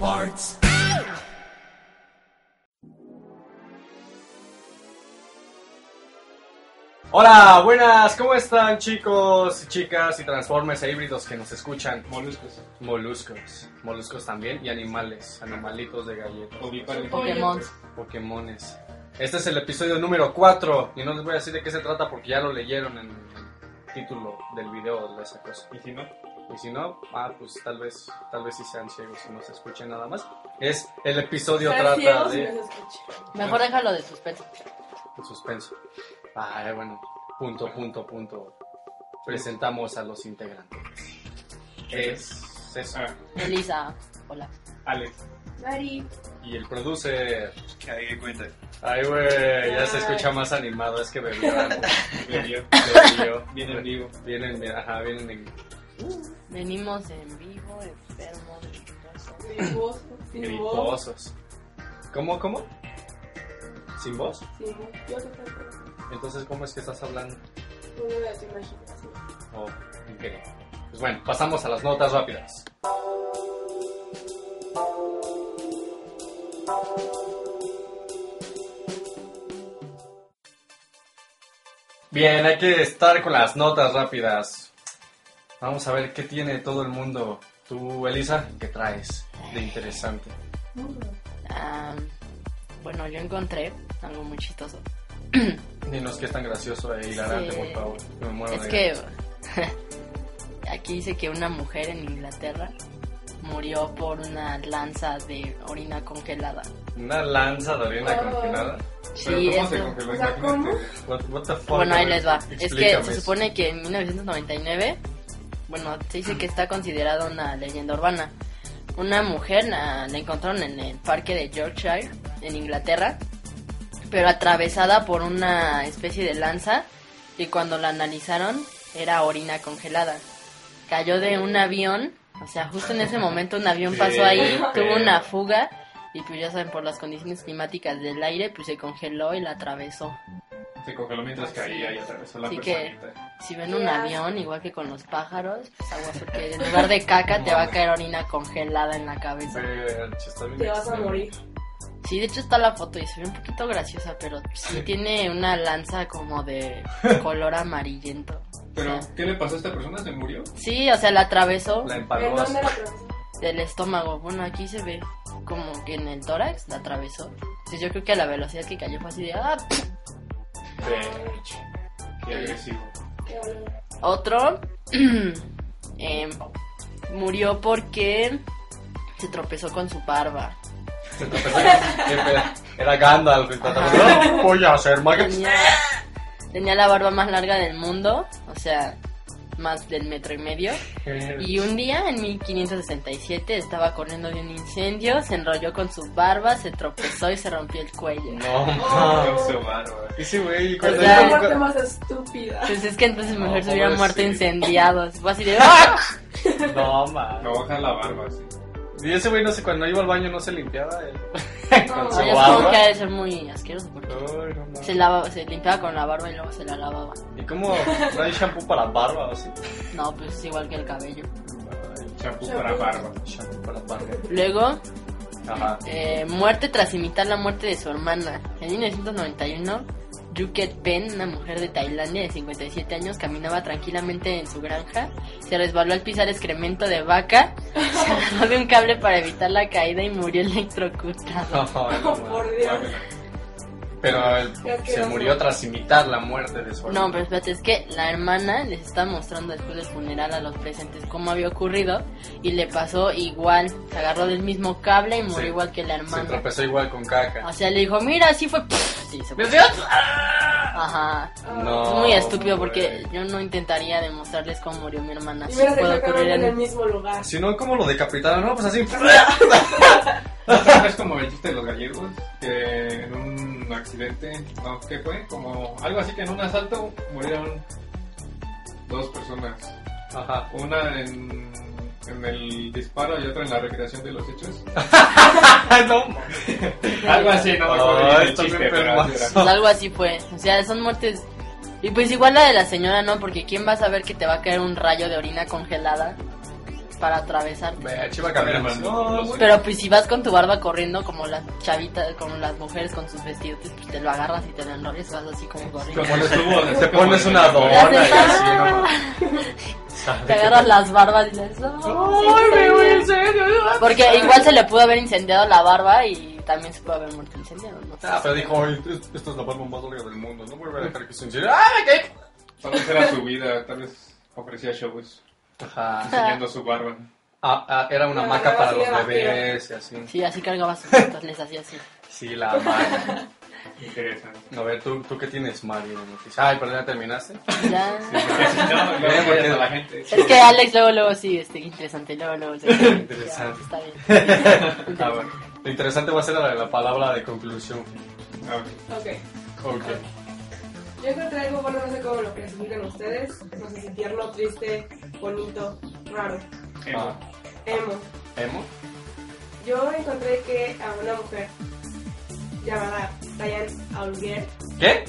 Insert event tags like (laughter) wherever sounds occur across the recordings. Parts. Hola, buenas, ¿cómo están chicos, chicas y transformes e híbridos que nos escuchan? Moluscos. Moluscos. Moluscos también y animales, animalitos de galletas. Pokémon. Pokémones. Este es el episodio número 4 y no les voy a decir de qué se trata porque ya lo leyeron en el título del video de esa cosa. ¿Y si no? Y si no, ah, pues tal vez, tal vez si sean ciegos y no se escuchen nada más. Es el episodio trata de... Mejor déjalo de suspenso. El suspenso. Ah, bueno. Punto, punto, punto. Presentamos a los integrantes. Es eso. Elisa, hola. Alex. Mari, Y el producer. Ahí cuenta. Ay, güey, ya se escucha más animado. Es que bebió algo. Bebió. bebió. Viene en vivo. Vienen, bien- ajá, vienen en Venimos en vivo, enfermo, delicioso. sin voz, sin voz, griposos. ¿Cómo, cómo? ¿Sin voz? sin voz. Yo que te acuerdo. Entonces, ¿cómo es que estás hablando? Una de las imaginaciones. Oh, increíble. Pues bueno, pasamos a las notas rápidas. Bien, hay que estar con las notas rápidas. Vamos a ver qué tiene todo el mundo. Tú, Elisa, ¿qué traes de interesante? Ah, bueno, yo encontré algo muy chistoso. Dinos qué es tan gracioso e hilarante, Sí. por favor. Me muero es de que ganas. aquí dice que (laughs) una mujer en Inglaterra murió por una lanza de orina congelada. Una lanza de arena Oh. congelada. Sí, ¿Cómo se esto- congeló? O sea, ¿cómo? What, what the fuck? Bueno, ahí A ver, les va. Es que explícame se eso. supone que en 1999, bueno, se dice que está considerada una leyenda urbana. Una mujer ah, la encontraron en el parque de Yorkshire, en Inglaterra, pero atravesada por una especie de lanza y cuando la analizaron era orina congelada. Cayó de un avión, o sea, justo en ese momento un avión pasó ahí, Sí, tuvo sí. una fuga y pues ya saben, por las condiciones climáticas del aire, pues se congeló y la atravesó. Se congeló mientras caía y atravesó la Así Ah, que- personita. Si ven Qué un asco. avión, igual que con los pájaros, pues aguas, porque en lugar de caca te va a caer orina congelada en la cabeza. Verge, está bien Te vas a extremo. morir. Sí, de hecho está la foto y se ve un poquito graciosa, pero sí tiene una lanza como de color amarillento. Pero, ¿qué le pasó a esta persona? ¿Se murió? Sí, o sea, la atravesó La ¿En empalmó. así. dónde la atravesó? del estómago. Bueno, aquí se ve como que en el tórax la atravesó. Entonces yo creo que a la velocidad que cayó fue así de... ¡ah! Verge. Qué agresivo. Qué horror. Otro (clears throat) eh, murió porque se tropezó con su barba. Se tropezó. Qué pedo. Era Gandalf. el tratamiento. No voy a hacer magia. tenía, tenía la barba más larga del mundo, o sea, más del metro y medio. Y un día, en 1567, estaba corriendo de un incendio, se enrolló con su barba, se tropezó y se rompió el cuello. No, Ah, mames. su barba. Y sí, güey. Es cuando- sea, la muerte más estúpida. Pues es que entonces mi No, mujer se hubiera muerto pobrecito. incendiado. Fue así de... (laughs) ¡Ah! No, mames. No baja la barba, sí. Y ese güey, no sé, cuando iba al baño no se limpiaba. él. (laughs) No, Con su Yo barba. supongo que ha de ser muy asqueroso porque Ay, no mames. se, lava- se limpiaba con la barba y luego se la lavaba. ¿Y cómo? ¿No hay shampoo para barba o así? No, pues es igual que el cabello. Champú para barba. Shampoo para barba. Luego, Ajá. Eh, muerte tras imitar la muerte de su hermana. En 1991, Yuket Pen, una mujer de Tailandia de 57 años, caminaba tranquilamente en su granja. Se resbaló al pisar excremento de vaca, se agarró de un cable para evitar la caída y murió electrocutada. (laughs) Ay, no, Oh, mames. por Dios. Pero él Qué se asqueroso. murió tras imitar la muerte de su No, pero espérate, es que la hermana les está mostrando después del funeral a los presentes cómo había ocurrido y le pasó igual. Se agarró del mismo cable y murió Sí. igual que la Se hermana. tropezó igual con caca. O sea, le dijo, mira, así fue. (laughs) Sí, se murió. Ajá. Ah, No. Es muy estúpido porque güey. yo no intentaría demostrarles cómo murió mi hermana. Y Si me puede ocurrir en en el mismo (laughs) lugar. Si no, ¿cómo lo decapitaron? No, pues así. (laughs) Es como el chiste de los gallegos, que en un accidente, no, ¿qué fue? Como algo así que en un asalto murieron dos personas. Ajá. Una en, en el disparo y otra en la recreación de los hechos. (laughs) no. (laughs) Algo así, no me acuerdo Ay, bien el está chiste, bien pero así perverso. era. Pues algo así fue. O sea, son muertes. Y pues igual la de la señora no, porque ¿quién va a saber que te va a caer un rayo de orina congelada para atravesarte? Vea, chiva Cabrera, man. No, güey. Pero pues si vas con tu barba corriendo como las chavitas, como las mujeres con sus vestidos, pues te lo agarras y te lo enrollas, vas así como corriendo. Como les tuvo, así Te como pones en- una Ya dona y sé. así, no Te agarras las barbas y dices, "Ay, me voy en serio". Porque igual se le pudo haber incendiado la barba y también se pudo haber muerto incendiado, ¿no? Ah, pero dijo, "Ay, esta es la palma más larga del mundo, no voy a dejar que se encienda. ¡Ah, qué! Tal vez era su vida, tal vez ofrecía shows Ajá. enseñando su barba. Ah, ah, era una No, hamaca no, para sí, los era bebés y así. Sí, así cargaba sus patas, les hacía así. Sí, la hamaca. Interesante. A ver, ¿tú, tú qué tienes, Mario? Noticias? Ay, pero ya terminaste. Ya. Porque si no, luego Bien, porque- engañas a la gente. Es que Alex luego, luego sí, este, interesante, luego, luego. sí, Interesante. ya, Está bien. Ah, bueno. Lo interesante va a ser la, la palabra de conclusión. A ver. Ok. Ok. Yo encontré algo bueno, no sé cómo lo clasifican ustedes. No sé si tierno, triste, bonito, raro. Emo. Emo. Ah, ¿Emo? Yo encontré que a una mujer llamada Diane Aulger, ¿Qué?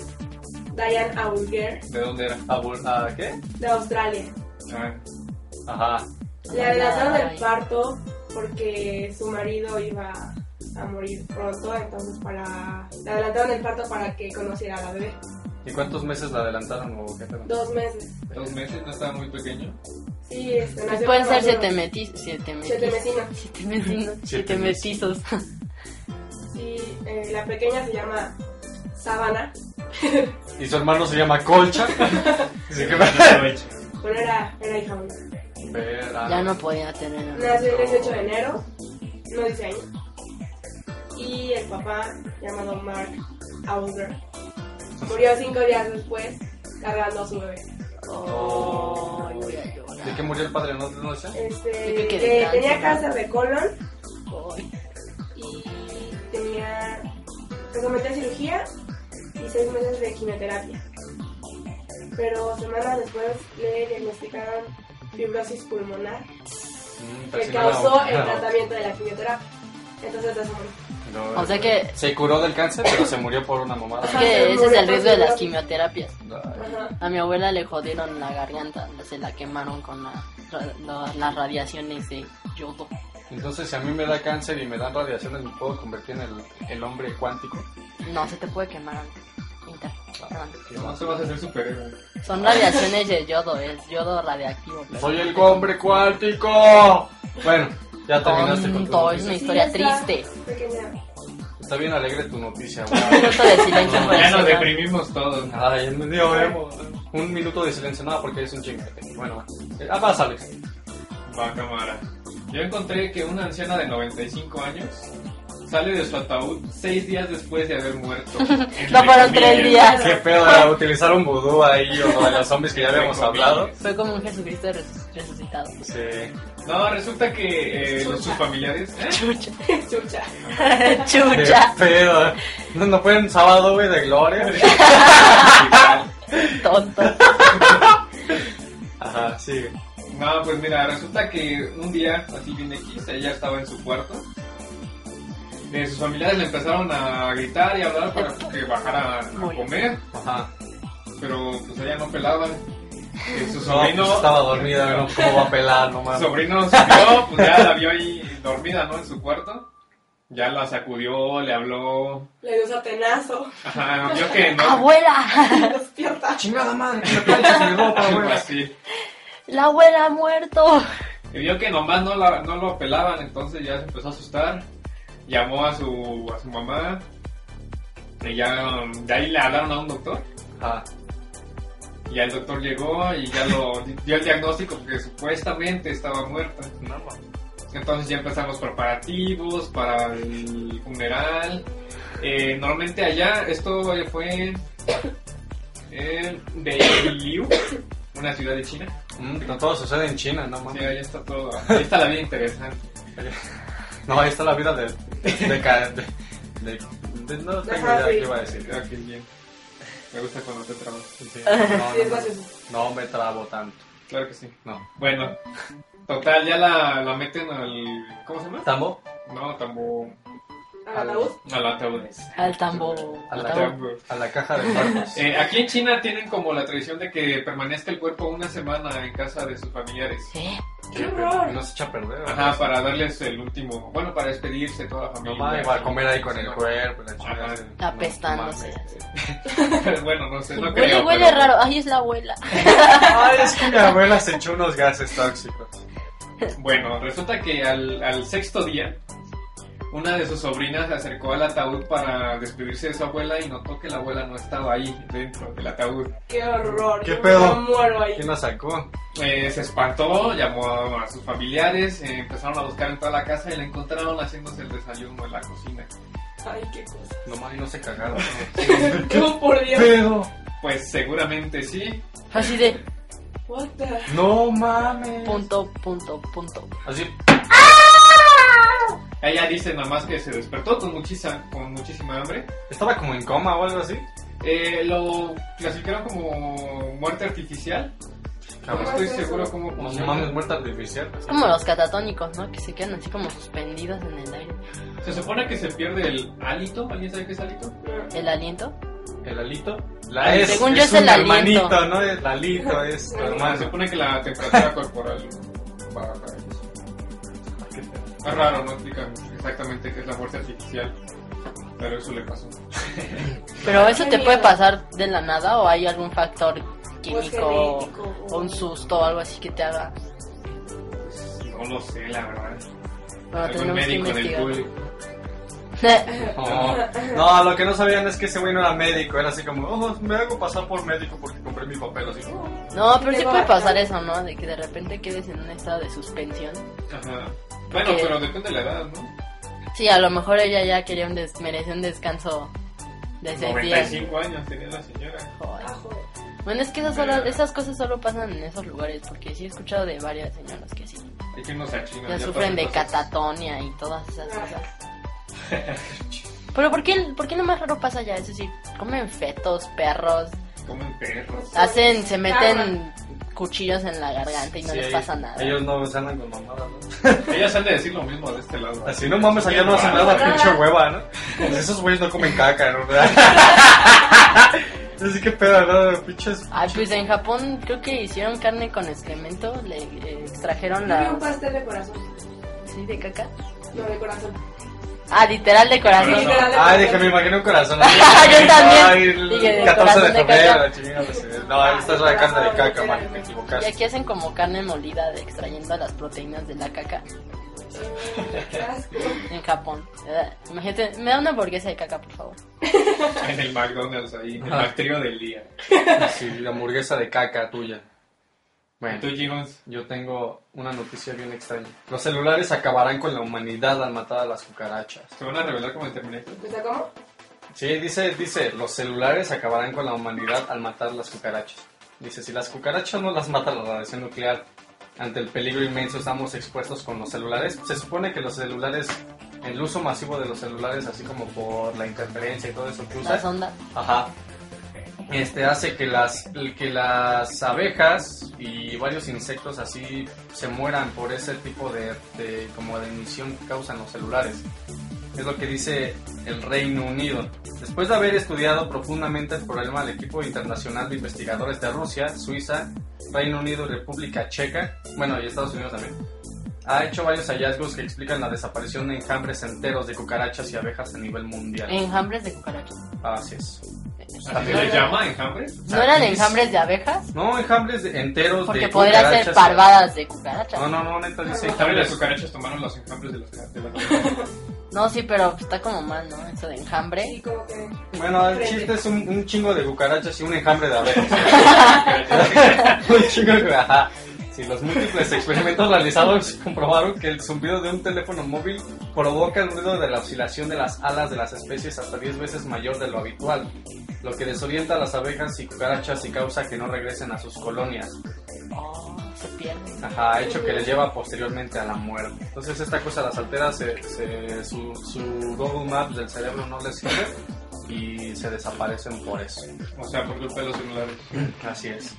Diane Aulger ¿De dónde era? ¿Abul ah, ¿Qué? de Australia, Ah, Ajá. le adelantaron el parto porque su marido iba a morir pronto, entonces para le adelantaron el parto para que conociera a la bebé. ¿Y cuántos meses la adelantaron o qué pedo? Dos meses. dos meses, no estaba muy pequeño. Sí, este, Pues nació pueden ser siete prematuro. metizos. Siete Siete metizos. vecinos. Siete metizos. Siete metizos. metizos. Y eh, la pequeña se llama Sabana. ¿Y su hermano se llama (laughs) Colcha? (laughs) Dice que Bueno, era, era hija única. Vera. Ya no podía tener. Nació el 18 de enero, no dice año. Y el papá, llamado Mark Auger, murió cinco días después cargando a su bebé. Oh, voy a ¿De llorar. qué murió el padre? ¿No, no decía? Este, Creo que de eh, cáncer, tenía ¿no? cáncer de colon Ay. y tenía. Se sometió a cirugía y seis meses de quimioterapia. Pero semanas después le diagnosticaron fibrosis pulmonar Mm, que casi no la- causó el no. tratamiento de la quimioterapia. Entonces, pues, de eso murió. No, O sea eh, que- Se curó del cáncer, pero se murió por una mamada. Es que ese es el riesgo de las quimioterapias. Ay, Ajá. A mi abuela le jodieron la garganta, se la quemaron con la- ra- lo- las radiaciones de yodo. Entonces, si a mí me da cáncer y me dan radiaciones, ¿me puedo convertir en el, el hombre cuántico? No, se te puede quemar. Inter- No se vas a hacer superhéroe. Son radiaciones de yodo, es yodo radiactivo. ¡Soy el hombre cuántico! Bueno, ya terminaste con tu Tonto, es una noticia. historia Sí, triste. está Pequeña. Está bien alegre tu noticia, Un güey. minuto de silencio por Ya el nos señor. deprimimos todos. ¿no? Ay, me dio emo. Un minuto de silencio, nada, porque es un chingo. Bueno, eh, ah, vas, Alex. Va, cámara. Yo encontré que una anciana de 95 años sale de su ataúd seis días después de haber muerto. No fueron tres (laughs) días. Qué pedo de utilizar un vudú ahí o lo de los zombies que ya habíamos hablado. Fue como un Jesucristo resu- (laughs) resucitado. Sí. No, resulta que eh, los- sus (laughs) familiares. ¿eh? (laughs) Chucha. Qué Chucha, pedo. No, no fue un sábado, güey, de gloria. tonto. Ajá, sí. No, pues mira, resulta que un día, así bien X, ella estaba en su cuarto. De sus familiares le empezaron a gritar y a hablar para que bajara a Muy bien. comer, Ajá. pero pues ella no pelaba. Y No, su pues sobrino estaba dormida, ¿no? ¿Cómo va a pelar, no Su mames? sobrino subió, pues ya la vio ahí dormida, ¿no? En su cuarto. Ya la sacudió, le habló. Le dio (laughs) un satenazo. Ajá, vio que Ah, no. ¡Abuela! (laughs) Despierta. Chingada madre, que me planchas mi ropa, Algo güey. así. ¡La abuela ha muerto! Pues Y vio que nomás no, la- no lo pelaban, entonces ya se empezó a asustar. Llamó a su, a su mamá. Y ya um, de ahí le hablaron a un doctor. Ajá. Y ya el doctor llegó y ya lo dio el diagnóstico porque supuestamente estaba muerta. No, mames. Entonces ya empezamos preparativos para el funeral. Eh, normalmente allá, esto fue en Beiliu, una ciudad de China. Mm, no, todo sucede en China, no Sí, mames. allá está todo, ahí está la vida interesante. No, ahí está la vida del De ca- de- de- de- no tengo Ajá, idea sí. qué iba a decir. Ah, qué bien. Me gusta cuando te trabas. (laughs) Sí, no, Sí, es no, gracioso. no, no me trabo tanto. Claro que sí. No. Bueno, total, ya la, la meten al. ¿Cómo se llama? ¿Tambo? No, tambo. ¿Al ataúd? Al ataúd. Al tambo. Al Al tambo. tambo. Tambo. A la caja de cuerpos. Eh, aquí en China tienen como la tradición de que permanezca el cuerpo una semana en casa de sus familiares. ¿Eh? ¡Qué Que horror! no se echa a perder. Ajá, para darles el último. Bueno, para despedirse toda la No familia. mames, va a comer ahí con el Sí. cuerpo. La chingada. Ajá. No Apestándose. mames. (laughs) bueno, no sé, no Huele, creo. huele pero- raro. Ay, es la abuela. Ay, es que mi abuela se echó unos gases tóxicos. Bueno, resulta que al, al sexto día, una de sus sobrinas se acercó al ataúd para despedirse de su abuela y notó que la abuela no estaba ahí dentro del ataúd. ¡Qué horror! ¿Qué Yo pedo? me muero ahí. ¿Quién la sacó? Eh, se espantó, llamó a sus familiares, eh, empezaron a buscar en toda la casa y la encontraron haciéndose el desayuno en la cocina. ¡Ay, qué cosa! No mames, no se cagaron. ¡No, por Dios! pedo? Pues seguramente sí. Fue Así de ¡What the... No mames. punto, punto, punto. Así. Ella dice nada más que se despertó con muchísima, con muchísima hambre. Estaba como en coma o algo así. Eh, lo clasificaron como muerte artificial. No Cabrón. estoy seguro cómo No funciona. mames, muerta artificial. Es como los catatónicos, ¿no? Que se quedan así como suspendidos en el aire. Se supone que se pierde el hálito. ¿Alguien sabe qué es hálito? ¿El aliento? ¿El alito? Ah, es, según yo es un el aliento. hermanito, ¿no? El alito es tu Bueno, se hermano. supone que la temperatura corporal baja. Es raro, no explican exactamente qué es la muerte artificial. Pero eso le pasó. Pero eso Qué te puede miedo. pasar de la nada o hay algún factor Pues químico genético, o un susto o algo así que te haga. Pues, no lo sé, la verdad. Bueno, Algún Ah, tenemos que médico del investigar. público. No. No, lo que no sabían es que ese güey no era médico. Era así como, oh, me hago pasar por médico porque compré mi papel. Así, oh. (laughs) No, pero sí Te va puede a- pasar eso, ¿no? De que de repente quedes en un estado de suspensión. Ajá. Bueno, Ok. pero depende de la edad, ¿no? Sí, a lo mejor ella ya quería un des merecía un descanso de seis días. 95 años tenía la señora. Joder. Ah, joder. Bueno, es que esas, solo- esas cosas solo pasan en esos lugares, porque sí he escuchado de varias señoras que sí, Hay que irnos a China. ya ya sufren pasan de cosas. catatonia y todas esas Ah. cosas. Pero ¿por qué, ¿por qué lo más raro pasa allá? Es decir, comen fetos, perros, Comen perros. hacen, se meten cuchillos en la garganta y no Sí, les pasa nada. Ellos no se andan con mamadas, ¿no? Ellas han de decir lo mismo de este lado. Así no mames, allá no hacen nada, Claro. pinche hueva, ¿no? Pues esos güeyes no comen caca, ¿no? (laughs) Así que pedo, ¿no? (laughs) Pinches. Ay, pues en Japón creo que hicieron carne con excremento, le eh, extrajeron Dame un la... pastel de corazón. ¿Sí, de caca? No, de corazón. (laughs) Ah, literal de corazón. Corazón. Ay, dije, me imaginé un corazón. así. (laughs) Yo también. Ay, el Dije, de 14 de corazón de febrero, caca. la chingada, sí. No, esta es la carne de caca, man, me Y equivocaste. aquí hacen como carne molida de extrayendo las proteínas de la caca Qué asco. en Japón. Eh, Imagínate, me da una hamburguesa de caca, por favor. En el McDonald's ahí, en el bacterio del día. Sí, la hamburguesa de caca tuya. Bueno, Tú, Jimons, yo tengo una noticia bien extraña. Los celulares acabarán con la humanidad al matar a las cucarachas. ¿se van a revelar como el Terminator? ¿O sea, cómo? Sí, dice, dice, los celulares acabarán con la humanidad al matar las cucarachas. Dice, si las cucarachas no las mata la radiación nuclear, ante el peligro inmenso estamos expuestos con los celulares. Se supone que los celulares, el uso masivo de los celulares, así como por la interferencia y todo eso que Las usan, ondas. ajá, este hace que las, que las abejas y varios insectos así se mueran por ese tipo de, de- como de emisión que causan los celulares. Es lo que dice el Reino Unido. Después de haber estudiado profundamente el problema, el equipo internacional de investigadores de Rusia, Suiza, Reino Unido y República Checa, bueno, y Estados Unidos también, ha hecho varios hallazgos que explican la desaparición de enjambres enteros de cucarachas y abejas a nivel mundial. Enjambres de cucarachas. Así es. ¿Así le llama enjambre? ¿No eran Aquí es- enjambres de abejas? No, enjambres de- enteros Porque de podría ser cucarachas. parvadas de cucarachas. No, No, no, no, neta, dice ¿Saben las enjambres. cucarachas tomaron los enjambres de los ca- de las sí, pero está como mal, ¿no? Eso de Sí, enjambre. como que... Bueno, el chiste es un, un chingo de cucarachas y un enjambre de abejas. cucarachas? un chingo de... Ajá. Sí, los múltiples experimentos realizados comprobaron que el zumbido de un teléfono móvil provoca el ruido de la oscilación de las alas de las especies hasta 10 veces mayor de lo habitual, lo que desorienta a las abejas y cucarachas y causa que no regresen a sus colonias. Oh, se pierde. Ajá, hecho que les lleva posteriormente a la muerte. Entonces esta cosa las altera, se, se- su, su Google Maps del cerebro no les sirve y se desaparecen por eso. O sea, por culpa de los celulares. Así es.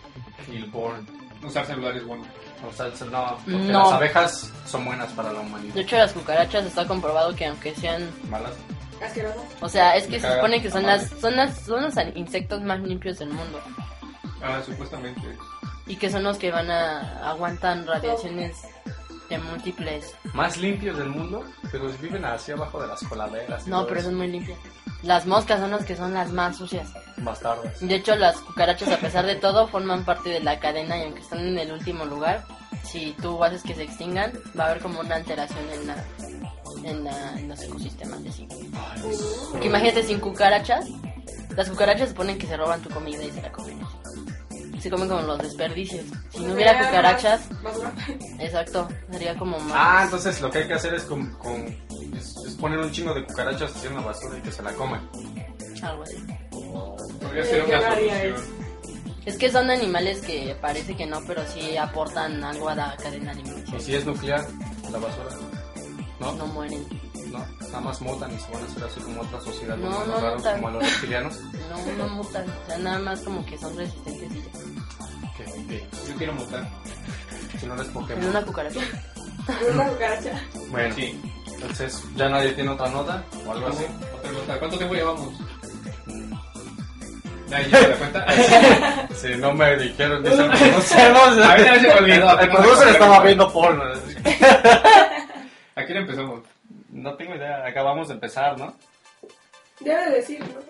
Y el born. Usar celulares, bueno. O sea, se- no, porque No. las abejas son buenas para la De humanidad. hecho, las cucarachas está comprobado que aunque sean, Malas. Asqueroso. o sea, es Me que se cagan, supone que son madre. las, son las, son los insectos más limpios del mundo Ah, supuestamente. y que son los que van a aguantan radiaciones de múltiples. Más limpios del mundo, pero viven hacia abajo de las coladeras. y No, todo pero eso. son muy limpias. Las moscas son las que son las más sucias. bastardas. De hecho, las cucarachas, a pesar de todo, forman parte de la cadena y aunque están en el último lugar, si tú haces que se extingan, va a haber como una alteración en, la, en, la- en los ecosistemas de sí. Porque imagínate, sin cucarachas, las cucarachas suponen que se roban tu comida y se la comen. Se comen como los desperdicios. Si no hubiera cucarachas, Basura. exacto, sería como Ah, más. entonces lo que hay que hacer es, con, con- es, es poner un chingo de cucarachas así en la basura y que se la coman. algo así. Podría ser una Yo no haría solución. Es que son animales que parece que no, pero sí aportan algo a la cadena alimenticia. Y si es nuclear, la basura. ¿No? No mueren. No, nada más mutan y se van a hacer así como otra sociedad No, humanos no raros, mutan. como a los reptilianos. No, no mutan. O sea, nada más como que son resistentes y ya. Que, que Yo quiero mutar. si no eres Pokémon. En una cucaracha. (laughs) Una cucaracha. Bueno, Sí. entonces ya nadie tiene otra nota o algo así. Otra nota. ¿Cuánto tiempo llevamos? Nadie lleva la cuenta. (laughs) Si no me dijeron, (laughs) dicen producers. A mí también se me olvidó. El producer estaba viendo porno. ¿A quién empezamos? No tengo idea, acabamos de empezar, ¿no? Debe decirlo.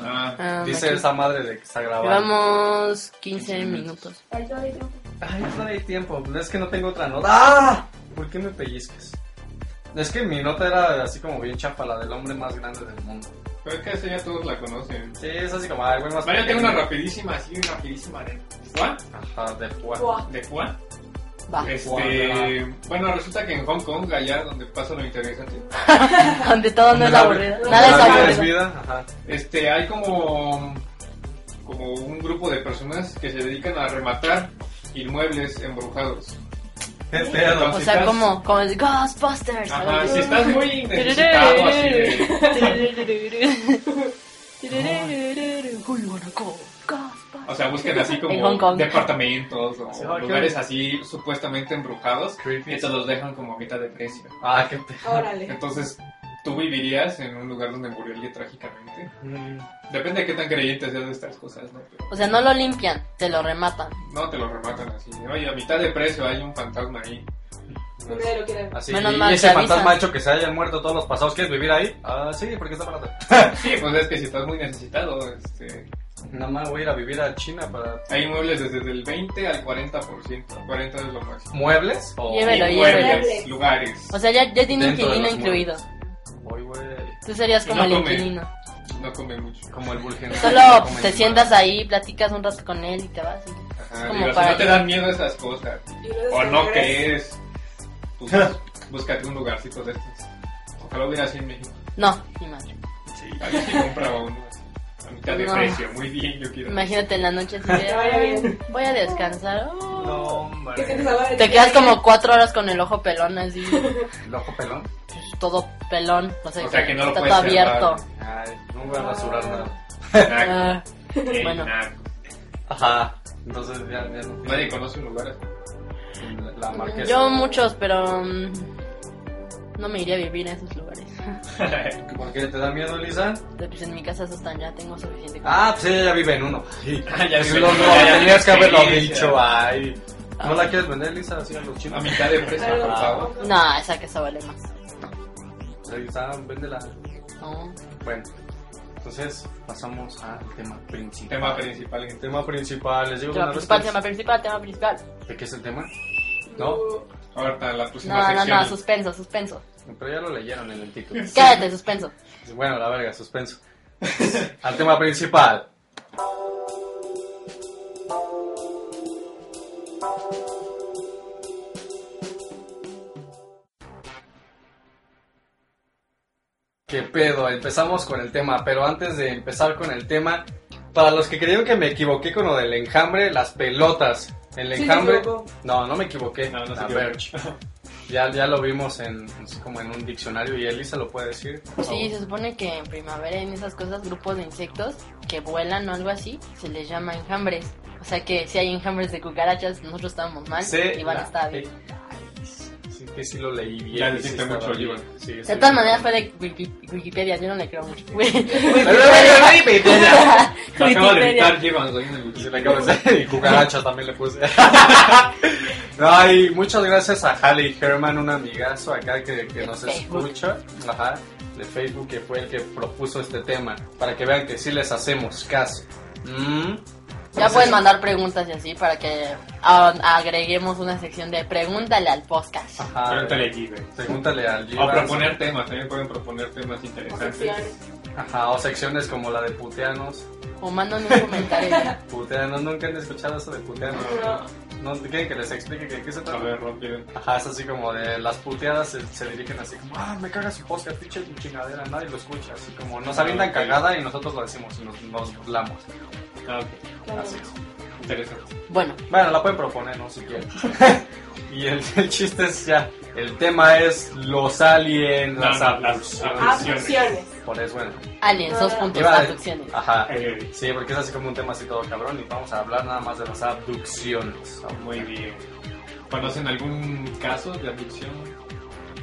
Ah, Ah, Dice aquí. esa madre de que está grabando. Llevamos 15 minutos. Ay, todavía tengo- Ay, no hay tiempo, es que no tengo otra nota. ¡Ah! ¿Por qué me pellizcas? Es que mi nota era así como bien chapa, la del hombre más grande del mundo. pero es que esa ya todos la conocen. Sí, es así como, ay, güey, más Vale, yo tengo pequeño. una rapidísima, así, rapidísima de Juan. Ajá, de fuego. Buah. De Juan. Va. (laughs) Este, bueno, resulta que en Hong Kong, allá donde pasa lo interesante, Donde todo no es aburrido. Nada la es vida aburrido. vida, ajá. este, hay como, como un grupo de personas que se dedican a rematar inmuebles embrujados. Qué pedo. O sea, Estás- como, como el Ghostbusters. Ajá, si (laughs) estás muy necesitado así de... Who you wanna call? Ghostbusters. O sea, buscan así En Hong Kong. como departamentos o Sí, Hong Kong. lugares así supuestamente embrujados Creepy. y te los dejan como a mitad de precio. Ah, qué pedo. Órale. Entonces, ¿tú vivirías en un lugar donde murió alguien trágicamente? Depende de qué tan creyente seas de estas cosas, ¿no? Pero (laughs) O sea, no lo limpian, te lo rematan. no te lo rematan así. Oye, a mitad de precio hay un fantasma ahí. Pues, Nadie lo quiere ver. Así, Menos y mal, ese te fantasma avisan. ha hecho que se hayan muerto todos los pasados. ¿Quieres vivir ahí? Ah, sí, porque está barato. Sí, pues es que si estás muy necesitado, este, Nada más voy a ir a vivir a China para... hay muebles desde el 20 al 40%. 40 es lo máximo. ¿Muebles? Oh, O... Llévelo, Y llévelo. muebles, lugares. O sea, ya, ya Dentro tiene de inquilino los incluido. Oye, güey. Tú serías Y como no el come. inquilino. No come mucho. Como el Vulgen. Solo te sientas ahí, platicas un rato con él y te vas. y- Ajá, como digo, si para- no te dan miedo esas cosas. Y luego O no descargas- crees. Pues (laughs) búscate un lugarcito de estos. Ojalá hubiera así en México. No, mi madre. Sí, a mí sí compraba uno así. A mitad de No. precio. Muy bien, yo quiero. Imagínate en la noche así de, Que (laughs) vaya bien. voy a descansar. oh. No, Que te hombre. salga de Te ti. quedas como cuatro horas con el ojo pelón así, pues, ¿El ojo pelón? todo pelón, no sé, O sea, que no lo está todo puedes cerrar. abierto. Ay, no voy a rasurar nada. Naco, Ah, ey, bueno. naco. Ajá. Entonces ya, ya no... Nadie conoce un lugar así. La- La marquesa. yo muchos, pero mm, no me iría a vivir en esos lugares. (laughs) ¿Por qué te da miedo, Elisa? Pues en mi casa esos están, ya tengo suficiente. con- Ah, pues ella ya vive en uno. (laughs) Ah, ya Pues vive en lo- uno, no, ya, ya tenías que tiene haberlo experiencia. dicho, ay. ¿No Ah. la quieres vender, Lisa, así a los (laughs) A chinos? mitad de precio, Pero- por favor. No, esa casa vale más. Pues, Ahí está, véndela. No. Bueno, entonces pasamos al tema principal. Tema principal. este- El gente. tema principal, les digo Tema una vez principal, que- tema principal, tema principal. ¿De qué es el tema? ¿No? No. Ahorita la próxima No, no, sección. no, suspenso, suspenso. Pero ya lo leyeron en el (laughs) título. Cállate, suspenso. Bueno, la verga, suspenso. (laughs) al tema principal. ¿Qué pedo? Empezamos con el tema, pero antes de empezar con el tema, para los que creyeron que me equivoqué con lo del enjambre, las pelotas. El Sí, se enjambre. equivocó. No, no me equivoqué. No, no se A equivocó. ver, ya, ya lo vimos en, así como en un diccionario y Elisa lo puede decir. Pues Sí, se supone que en primavera en esas cosas grupos de insectos que vuelan o algo así se les llama enjambres. O sea que si hay enjambres de cucarachas, nosotros estábamos mal Se- y van a estar bien. Sí, que sí lo leí bien. Ya y le sí hiciste estaba mucho, bien. Iván. Sí, De sí. todas maneras fue de Wiki- Wikipedia, yo no le creo mucho. (laughs) Wikipedia. Lo acabo de Wikipedia. evitar, Llevan, soy un- Se le acaba de hacer. Y cucaracha también le puse. (laughs) No, y muchas gracias a Haley Herman, un amigazo acá que, que De nos Facebook. escucha. Ajá, de Facebook, que fue el que propuso este tema. Para que vean que sí les hacemos caso. Mm. Ya pueden mandar preguntas y así para que a- agreguemos una sección de pregúntale al podcast. Ajá. Pregúntale aquí, güey. Pregúntale al O Gibran. proponer temas, también pueden proponer temas O interesantes. secciones. Ajá, o secciones como la de puteanos. O mándanos un comentario. (laughs) ya. Puteanos, nunca han escuchado eso de puteanos. No. No te quieren que les explique que- qué se A trata. ver, rápido. Ajá, es así como de las puteadas se, se dirigen así como, ah, me cagas su podcast, pinche chingadera, nadie lo escucha. Así como nos avientan Ah, Ok. cagada y nosotros lo decimos y nos, nos burlamos. Ah, ok. Claro. Así es. Interesante. Bueno, Bueno, la pueden proponer, ¿no? Si (laughs) quieren. (laughs) y el, el chiste es ya, el tema es los aliens, No, las no, las abducciones. Abducciones. Por eso, bueno. aliens, dos Iba puntos, Iba a- abducciones. Ajá. Eh, Sí, porque es así como un tema así todo cabrón y vamos a hablar nada más de las abducciones. muy bien. ¿Conocen algún caso de abducción?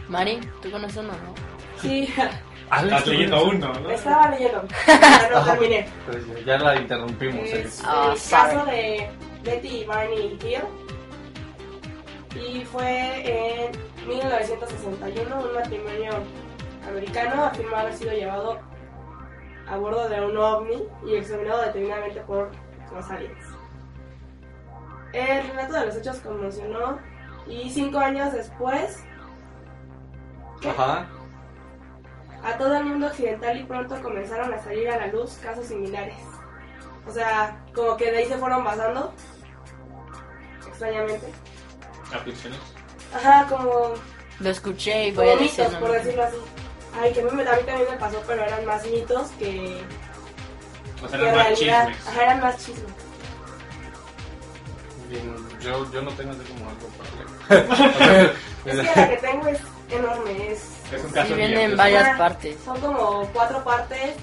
Mari, ¿tú conoces uno, no? Sí, (laughs) Estás leyendo uno, Ah, ¿no? (laughs) estaba leyendo. Ya no terminé. Pues ya la interrumpimos. Es ¿eh? Ah, el sorry. caso de Betty y Barney Hill. Y fue en 1961 un matrimonio americano afirma haber sido llevado a bordo de un ovni y examinado detenidamente por los aliens. El relato de los hechos conmocionó y cinco años después Ajá. a todo el mundo occidental y pronto comenzaron a salir a la luz casos similares. O sea, como que de ahí se fueron basando, extrañamente. ¿Abducciones? Ajá, como, Lo escuché y voy como a mitos, decir no, por no. decirlo así. Ay, que a mí, me- a mí también me pasó, pero eran más mitos que, O que sea, eran más realidad. chismes. Ajá, eran más chismes. Bien, yo, yo no tengo así como algo para Es leer. que la que tengo es enorme, es, Es un Sí, caso viene en pues, abierto. varias Ajá. partes. son como cuatro partes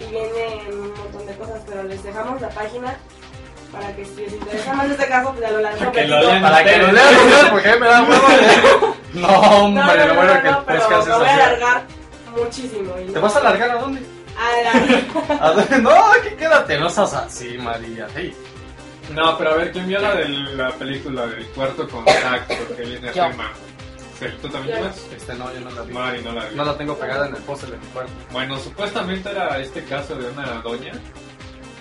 y vienen un montón de cosas, pero les dejamos la página para que si les interesa más este caso, pues ya lo lanzo. Para que lo completito. lean. Para que lo leas, lo leas, porque me da huevo. de- (laughs) No, No, hombre, no, lo no, bueno no, que no, el pero podcast me es voy a así. alargar muchísimo. y ¿Te no- vas a alargar a dónde? (laughs) A la- ¿A dónde? No, aquí quédate, no seas así, María. sí. No, pero a ver, ¿quién vio la de la película del cuarto contacto que viene Yo. a Rima? ¿Tú también Yo. más? Este no, yo no la vi. Mari no la vi. No la tengo pegada en el póster de mi cuarto. Bueno, supuestamente era este caso de una doña.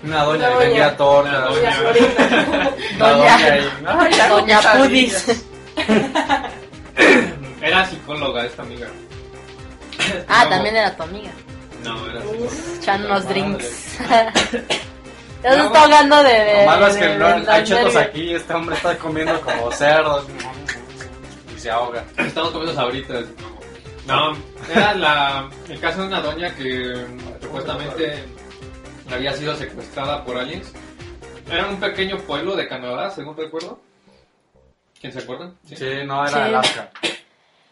Una doña Una que doña. vendía Una tortas. y la doña. Florinda. Una Doña. ahí. No, ya, Doña muchas Pudis. niñas. Era psicóloga esta amiga. Este, Ah, No, también era tu amiga. No, era psicóloga. Echan unos Madre. drinks. (laughs) Ya se No, está ahogando de... de Lo malo es de- que de- no de- hay chetos nervio. aquí y este hombre está comiendo como cerdo. Y se ahoga. Estamos comiendo sabritas. (laughs) No, era la, el caso de una doña que mm, supuestamente había sido secuestrada por aliens. Era un pequeño pueblo de Canadá, según recuerdo. ¿Quién se acuerda? ¿Sí? Sí, no, Sí. era en Alaska.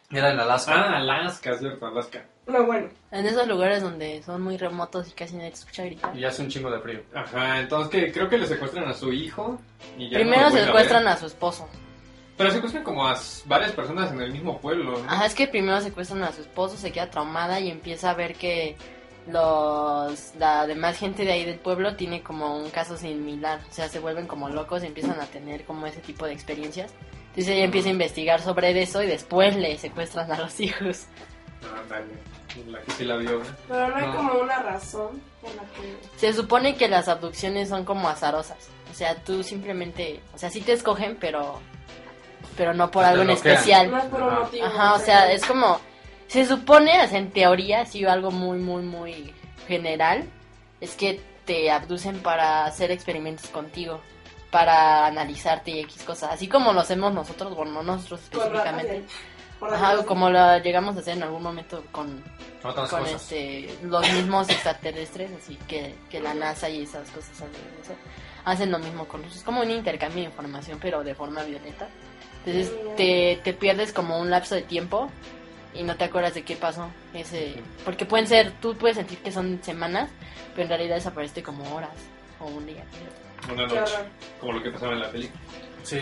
Era en Alaska. Ah, Alaska, cierto, Alaska. No, bueno. En esos lugares donde son muy remotos y casi nadie te escucha gritar. Y hace un chingo de frío. Ajá, entonces que creo que le secuestran a su hijo. Y ya Primero se secuestran a su esposo. Pero secuestran como a s- varias personas en el mismo pueblo. ¿no? Ajá, es que primero secuestran a su esposo, se queda traumada y empieza a ver que los la demás gente de ahí del pueblo tiene como un caso similar. O sea, se vuelven como locos y empiezan a tener como ese tipo de experiencias. Entonces ella empieza a investigar sobre eso y después le secuestran a los (laughs) hijos. Ah, dale. La que sí la vio. ¿eh? Pero no hay No. como una razón por la que... Se supone que las abducciones son como azarosas. O sea, tú simplemente, o sea, sí te escogen, pero pero no por Te algo en bloquean. No especial. es por un Ajá. motivo. Ajá, o sea, es como se supone, o sea, en teoría, sí algo muy muy muy general es que te abducen para hacer experimentos contigo, para analizarte y X cosas, así como lo hacemos nosotros, bueno, no nosotros Con ratas específicamente. de- por Ajá, decirlo como la llegamos a hacer en algún momento con, Otras con cosas. este, los mismos extraterrestres, así que, que la NASA y esas cosas hacen, eso. Hacen lo mismo con nosotros. Es como un intercambio de información, pero de forma violenta. Entonces te, te pierdes como un lapso de tiempo y no te acuerdas de qué pasó. ese Porque pueden ser, tú puedes sentir que son semanas, pero en realidad desapareciste como horas o un día. Una así. Qué noche, horror. como lo que pasaba en la película. Sí,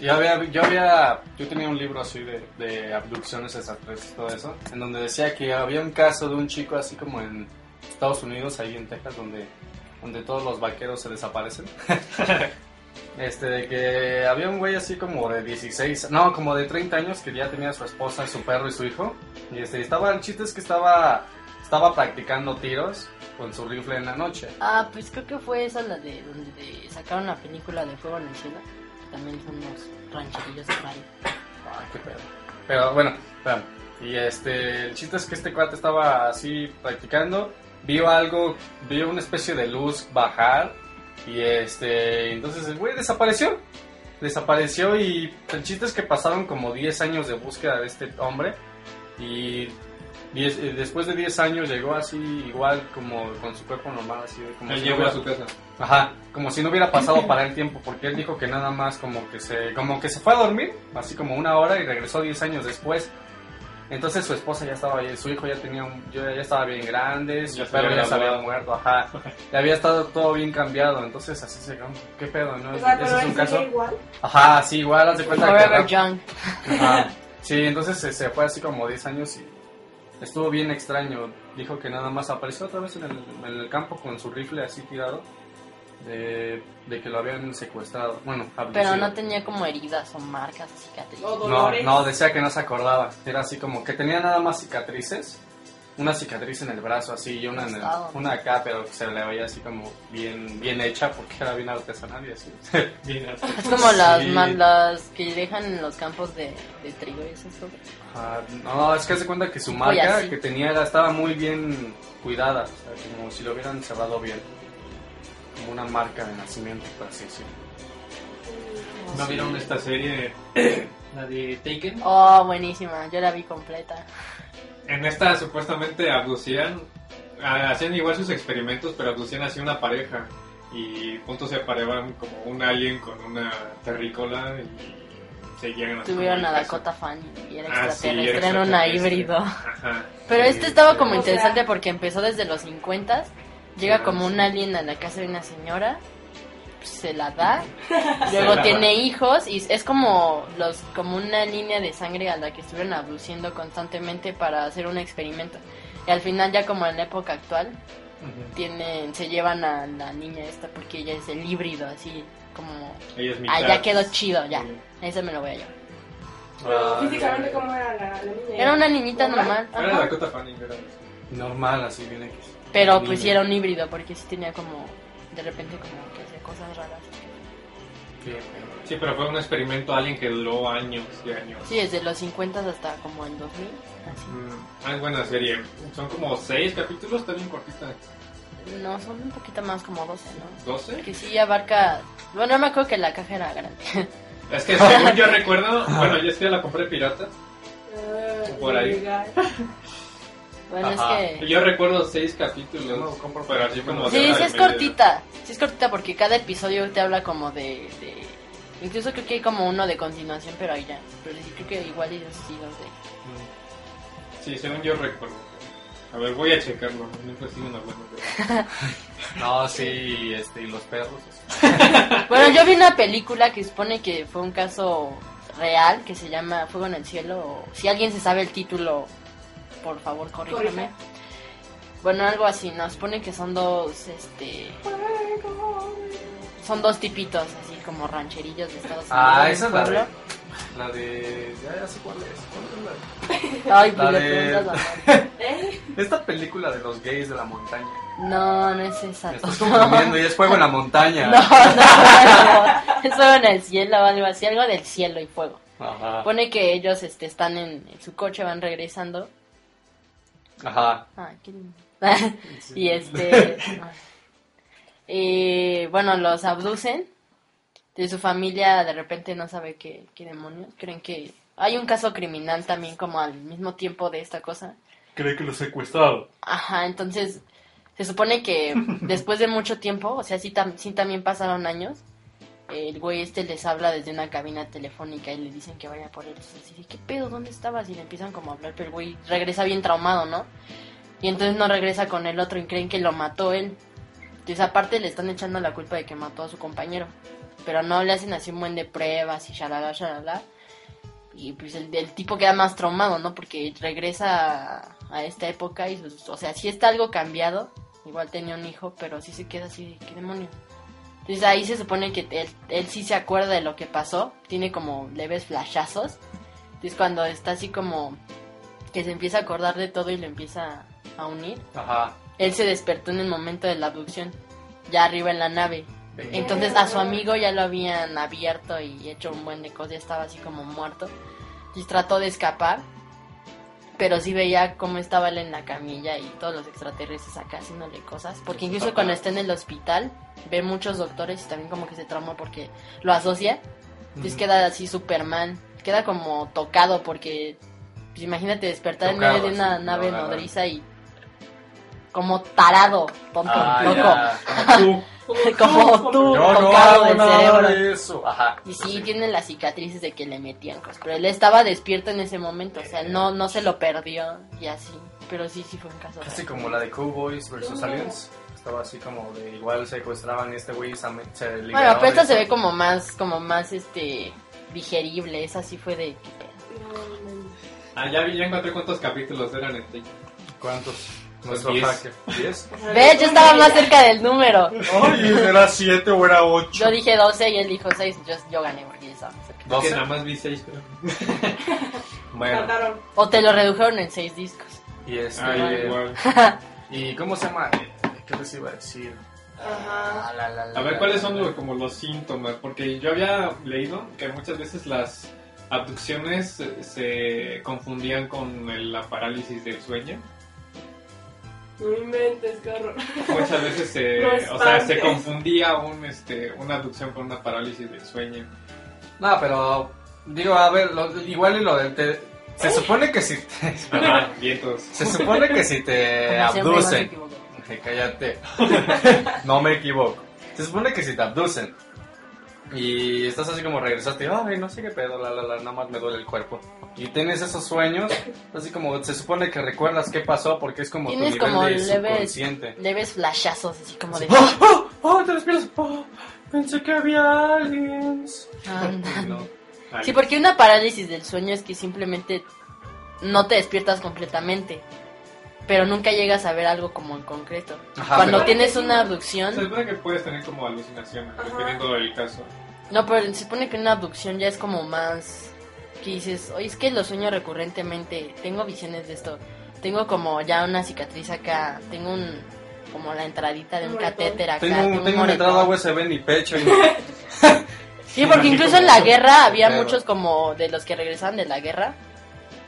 yo había, yo había, yo tenía un libro así de, de abducciones extraterrestres y todo eso, en donde decía que había un caso de un chico así como en Estados Unidos, ahí en Texas, donde, donde todos los vaqueros se desaparecen. (laughs) Este, de que había un güey así como de 16, no, como de 30 años que ya tenía su esposa, su perro y su hijo. Y este, estaba, el chiste es que estaba, estaba practicando tiros con su rifle en la noche. Ah, pues creo que fue esa la de donde de- sacaron la película de Fuego en el Cielo. También son unos rancherillos de radio. Ay, qué pedo. Pero bueno, espérame. y este, el chiste es que este cuate estaba así practicando, vio algo, vio una especie de luz bajar y este, entonces el güey desapareció. Desapareció y el chiste es que pasaron como 10 años de búsqueda de este hombre y diez- eh, después de 10 años llegó así igual como con su cuerpo normal, así como Me si llevo hubiera- a su casa. Ajá, como si no hubiera pasado para el tiempo, porque él dijo que nada más como que se, como que se fue a dormir, así como una hora y regresó 10 años después. Entonces su esposa ya estaba ahí, su hijo ya tenía un- ya ya estaba bien grande, su Ya se perro había ya se había graduado. muerto, ajá. Ya había estado todo bien cambiado, entonces así se qué pedo, ¿no? O sea, Ah, Ese pero es un él caso. sigue igual. Ajá, sí, igual haz de cuenta que Forever Young. Ajá. (laughs) Sí, entonces se, se fue así como 10 años y estuvo bien extraño. Dijo que nada más apareció otra vez en el, en el campo con su rifle así tirado de, de que lo habían secuestrado. Bueno, Pero abducido. no tenía como heridas o marcas o cicatrices. O No, dolores. no, decía que no se acordaba. Era así como que tenía nada más cicatrices. Una cicatriz en el brazo así y una, en el- Costado. una acá, pero que se le veía así como bien, bien hecha porque era bien artesanal y así. (laughs) Bien, así. Es como las, Sí. ma- las que dejan en los campos de, de trigo y esas cosas. Ah, no, es que se cuenta que su Oye, marca así. que tenía era- estaba muy bien cuidada, o sea, como si lo hubieran cerrado bien. Como una marca de nacimiento, por así decirlo. ¿No vieron esta serie? La de Taken. Oh, buenísima. Yo la vi completa. En esta supuestamente abducían, ah, hacían igual sus experimentos, pero abducían así una pareja. Y juntos se apareaban como un alien con una terrícola y seguían así. Tuvieron como a el caso. Dakota Fanning y era Ah, sí, extraterrestre. era era una extraterrestre. híbrido. Ajá. Pero Sí, este estaba como sí. interesante O sea- porque empezó desde los 50. Llega Ah, como sí. un alien a la casa de una señora. Se la (laughs) da. Se la luego da. tiene hijos. Y es como, los, como una línea de sangre a la que estuvieron abduciendo constantemente para hacer un experimento. Y al final, ya como en la época actual, tienen, se llevan a la niña esta porque ella es el híbrido, así como. Ella es mitad. Ah, ya quedó chido, ya. Ese me lo voy a llevar. Pero Ah, físicamente, ya, ya. ¿cómo era la, la niña? Era una niñita normal. ¿Normal? Era ajá. Dakota Fanning, era así. Normal, así bien X. Pero Niño. pues sí era un híbrido porque sí tenía como. De repente como que hacía cosas raras. Bien, Sí, pero fue un experimento alien que duró años y años. Sí, desde los 50 hasta como el 2000. Así. Mm, es buena serie. Son como seis capítulos, también cortitas. No, son un poquito más como 12, ¿no? ¿12? Que sí abarca. Bueno, no me acuerdo que la caja era grande. Es que según yo recuerdo, bueno, yo es que la compré pirata. Ah, Por ahí. (laughs) legal. Bueno, Ajá. es que. Yo recuerdo seis Yo no capítulos, compro pero pirata. así como... de Sí, hora sí y es media. cortita. Sí es cortita porque cada episodio te habla como de, de- Incluso creo que hay como uno de continuación, pero ahí ya. Pero sí creo que igual y los estilos de... Sí, según yo recuerdo. A ver, voy a checarlo. Nunca siguen hablando de... No, sí, y, este, y los perros. así. Bueno, yo vi una película que supone que fue un caso real que se llama Fuego en el Cielo. o- Si alguien se sabe el título, por favor, corríjame. Corrija. Bueno, algo así, ¿no? Supone que son dos, este... Son dos tipitos, así como rancherillos de Estados Unidos. Ah, en esa es un la pueblo. de. La de. Ya, ya sé cuál es. ¿Cuál es Ay, pues la le de- preguntas a- (laughs) ¿Eh? la- Esta película de los gays de la montaña. No, no es esa. Me (laughs) estás No, no, confundiendo y es fuego en la montaña. no, no. Eso en el cielo, algo así, algo del cielo y fuego. Ajá. Pone que ellos este, están en, en su coche, van regresando. Ajá. Ah, qué lindo. (laughs) y este. (laughs) eh, bueno, los abducen. De su familia de repente no sabe qué, qué demonios. Creen que Hay un caso criminal también como al mismo tiempo de esta cosa. Cree que lo secuestrado. Ajá, entonces se supone que después de mucho tiempo, o sea, sí, tam- sí también pasaron años, el güey este les habla desde una cabina telefónica y le dicen que vaya por él. Entonces, así de, ¿qué pedo? ¿Dónde estabas? Y le empiezan como a hablar, pero el güey regresa bien traumado, ¿no? Y entonces no regresa con el otro y creen que lo mató él. Entonces aparte le están echando la culpa de que mató a su compañero. Pero no le hacen así un buen de pruebas y shalala, shalala. Y pues el, el tipo queda más traumado, ¿no? Porque regresa a, a esta época y, pues, o sea, sí está algo cambiado. Igual tenía un hijo, pero sí se queda así, ¿qué demonio? Entonces ahí se supone que él, él sí se acuerda de lo que pasó. Tiene como leves flashazos. Entonces cuando está así como que se empieza a acordar de todo y lo empieza a unir. Ajá. Él se despertó en el momento de la abducción, ya arriba en la nave. Entonces a su amigo ya lo habían abierto y hecho un buen de cosas, ya estaba así como muerto. Y trató de escapar, pero sí veía cómo estaba él en la camilla y todos los extraterrestres acá haciéndole cosas. Porque incluso cuando está en el hospital, ve muchos doctores y también como que se trauma porque lo asocia. Entonces Ujú. queda así Superman, queda como tocado porque pues, imagínate despertar Tocado, en medio de una así, nave no, no, no. nodriza y como tarado, tonto, Ah, loco. ya. Tú. (laughs) (laughs) Como tú, Yo no tocado hago del nada cerebro. de eso. Ajá. Y sí, tiene las cicatrices de que le metían cosas. Pero él estaba despierto en ese momento, o sea, no, no se lo perdió y así. Pero sí, sí fue un caso. Casi real. como la de Cowboys vs. Aliens. Estaba así como de igual secuestraban a este güey y se se liberó. Bueno, pero esta y- se ve como más, como más, este, digerible. Esa sí fue de... ¿qué pedo? No, no, no. Ah, ya, vi- ya encontré cuántos capítulos eran este. ¿Cuántos? Nuestro diez. hacker. ¿10? O sea, Ve, no, yo estaba no, más no. cerca del número. Ay, era 7 o era 8. Yo dije 12 y él dijo 6. Yo, yo gané porque yo estaba más cerca. Que Doce. nada más vi seis, creo. Bueno, Mataron. O te lo redujeron en 6 discos. y este. Ay, Ah, igual. ¿Y cómo se llama? Eh, ¿Qué les iba a decir? Ajá. Ah, la, la, la, A ver la, cuáles la, son la. los, como los síntomas, porque yo había leído que muchas veces las abducciones se- se confundían con el- la parálisis del sueño. No inventes, qué horror. Muchas veces se, No o sea, se espantes. confundía un, este, una abducción con una parálisis del sueño. No, pero. Digo, a ver, lo- igual y lo del. te- se supone que si. te- (laughs) Ajá, vientos. se supone que si te Como siempre, igual me abducen. equivoco. Dije, cállate. (laughs) no me equivoco. Se supone que si te abducen y estás así como regresaste, ay, no sé qué pedo, la, la, la, nada más me duele el cuerpo. Y tienes esos sueños, así como se supone que recuerdas qué pasó porque es como tu Tienes nivel como de leves- subconsciente. Leves flashazos así como de... ¡Oh, oh, oh! Te despiertas. ¡Oh! Pensé que había aliens. (laughs) Anda. No. Ay, Sí, porque una parálisis del sueño es que simplemente no te despiertas completamente, pero nunca llegas a ver algo como en concreto. Ajá, Cuando pero- tienes una Se abducción, supone que puedes tener como alucinaciones, pues, Ajá. dependiendo del caso. no, pero se supone que una abducción ya es como más que dices, oye, es que lo sueño recurrentemente, tengo visiones de esto, tengo como ya una cicatriz acá, tengo un como la entradita de Un un moretón. catéter acá, Tengo, un, tengo una moretón". entrada USB en mi (laughs) pecho. Y... Sí, porque incluso en la guerra había Pero- muchos como de los que regresaban de la guerra,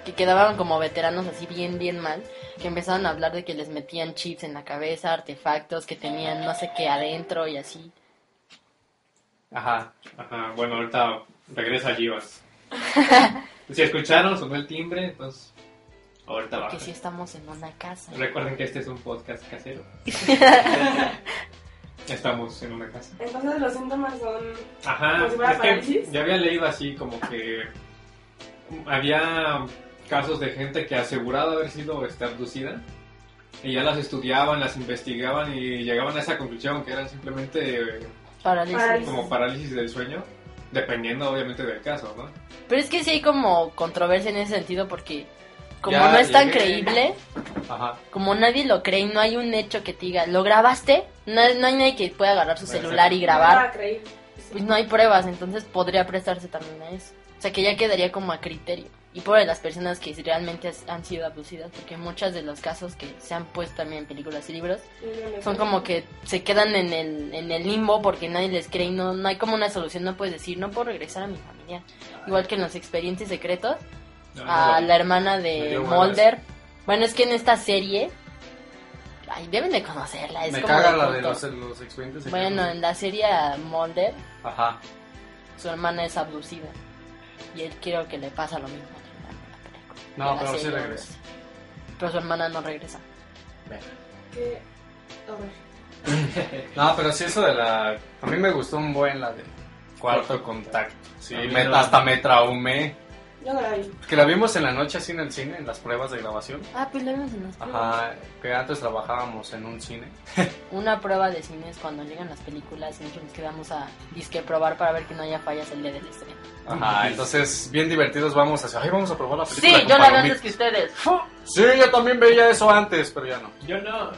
que quedaban como veteranos así bien, bien mal, que empezaban a hablar de que les metían chips en la cabeza, artefactos, que tenían no sé qué adentro y así. Ajá. Ajá, bueno, ahorita (laughs) regresa Givas. si escucharon, sonó el timbre, entonces ahorita va. Que si estamos en una casa. Recuerden que este es un podcast (laughs) casero. Estamos en una casa. Entonces los síntomas son... Ajá. Como si fuera es que parálisis. ya había leído así como que había casos de gente que aseguraba haber sido este, abducida y ya las estudiaban, las investigaban y llegaban a esa conclusión que eran simplemente eh, Parálisis. Parálisis. como parálisis del sueño, dependiendo obviamente del caso, ¿no? Pero es que sí hay como controversia en ese sentido porque como Ya, no es tan ya. creíble, Ajá. como nadie lo cree y no hay un hecho que te diga, ¿lo grabaste? No, no hay nadie que pueda agarrar su Exacto. celular y grabar. Ah, creí. pues no hay pruebas, entonces podría prestarse también a eso. O sea que ya quedaría como a criterio. Y por las personas que realmente has- han sido abducidas, porque muchos de los casos que se han puesto también en películas y libros son como que se quedan en el, en el limbo porque nadie les cree y no, no hay como una solución. No puedes decir, no puedo regresar a mi familia. Igual que en los expedientes secretos, No, a no, Ah, la hermana Me de dio Mulder. Bueno, es que en esta serie, ay, deben de conocerla. Es Me como caga la de culto. los, los expedientes. secretos. Bueno, en la serie a Mulder, Ajá. su hermana es abducida. Y él creo que le pasa lo mismo. No, a su hermana en la película. En la pero sí serie, regresa. Pero su hermana no regresa. Que, a ver, No, pero sí eso de la... A mí me gustó un buen la de Cuarto Contacto. Sí, A mí me- no. hasta me traumé. yo no la vi. Que la vimos en la noche así en el cine, en las pruebas de grabación. Ah, pues lo vimos en las pruebas. Ajá, que antes trabajábamos en un cine. Una prueba de cine es cuando llegan las películas y nosotros nos quedamos a disque probar para ver que no haya fallas el día del estreno. Ajá, entonces bien divertidos vamos hacia... Ay, vamos a probar la Sí, película con yo la veo palomitas". antes que ustedes. (laughs) Sí, yo también veía eso antes, pero ya no. Yo no.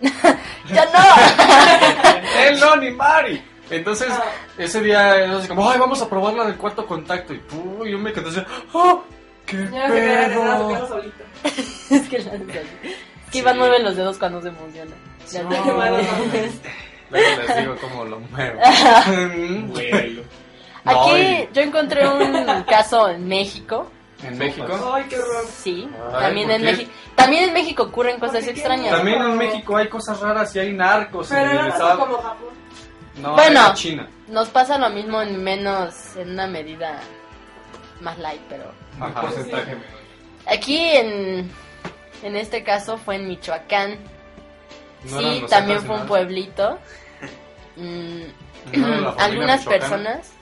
(laughs) ¡Ya no! (laughs) Él no, ni Mari. Entonces, Ah. ese día, era así como, ay, vamos a probarla del cuarto contacto. Y puh, yo me quedé así, ¡oh! ¡Qué Yo no sé qué era pedo! nada, solito. es que la Es que Iván mueve los dedos cuando se emociona. Ya No. sé. Luego les digo cómo lo muevo. Vuelo. No, (laughs) Aquí y- yo encontré un caso en México. ¿En México? Ay, qué horror. Sí, Ay, también Ah, ¿por en qué? México. También en México ocurren cosas ¿Por qué? extrañas. También en México hay cosas raras y hay narcos. y Pero era estaba- así como Japón. No, Bueno. era China. Nos pasa lo mismo en menos, en una medida más light, pero Un (laughs) Ajá. Pues porcentaje menor. aquí en, en este caso fue en Michoacán. No eran sí, los también Zetas, fue un ¿no? (laughs) pueblito. Mm, No era la familia (laughs) algunas michoacana. personas, (laughs)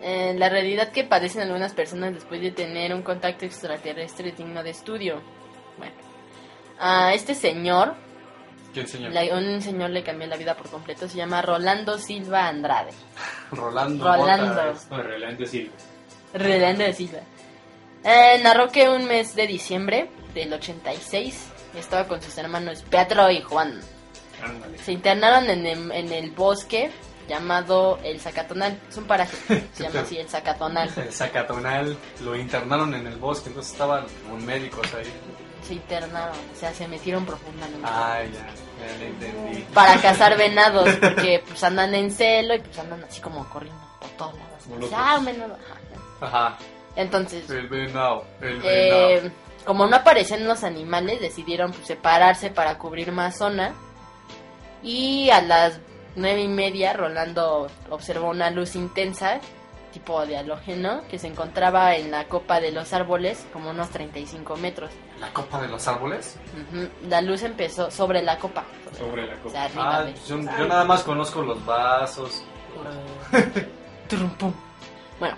eh, la realidad que padecen algunas personas después de tener un contacto extraterrestre digno de estudio. Bueno, a este señor, ¿Quién señor? la- un señor le cambió la vida por completo, se llama Rolando Silva Andrade. Rolando. Rolando. Botas. No, realmente sirve. Rolando de Silva. Eh, narró que un mes de diciembre del 86 estaba con sus hermanos Pedro y Juan. Ándale. Se internaron en el, en el bosque llamado el Zacatonal. Es un paraje, (laughs) se llama así el Zacatonal. El Zacatonal lo internaron en el bosque, entonces estaban con médicos ahí. Se internaron, o sea, se metieron profundamente. Ah. Ay, ya, ya le entendí. Para cazar venados, porque pues andan en celo y pues andan así como corriendo por todos lados. Como locos. Ah, menudo. Ajá. Ajá, Entonces, el venado, el venado. eh, como no aparecían los animales, decidieron pues, separarse para cubrir más zona. Y a las nueve y media, Rolando observó una luz intensa, tipo de halógeno, que se encontraba en la copa de los árboles, como unos 35 metros. ¿La copa de los árboles? Ujú, La luz empezó sobre la copa. Sobre la O sea, copa. arriba Ah, de- yo, yo nada más conozco los vasos. Trum, pum. Bueno,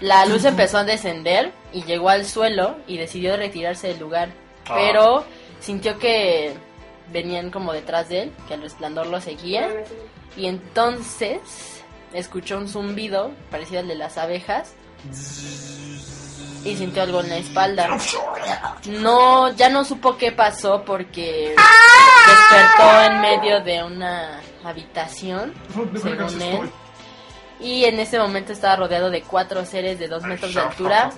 la luz empezó a descender y llegó al suelo y decidió retirarse del lugar. Ah. Pero sintió que venían como detrás de él, que el resplandor lo seguía. Y entonces escuchó un zumbido parecido al de las abejas y sintió algo en la espalda. No, ya no supo qué pasó porque despertó en medio de una habitación, según él. Y en ese momento estaba rodeado de cuatro seres de dos metros de altura,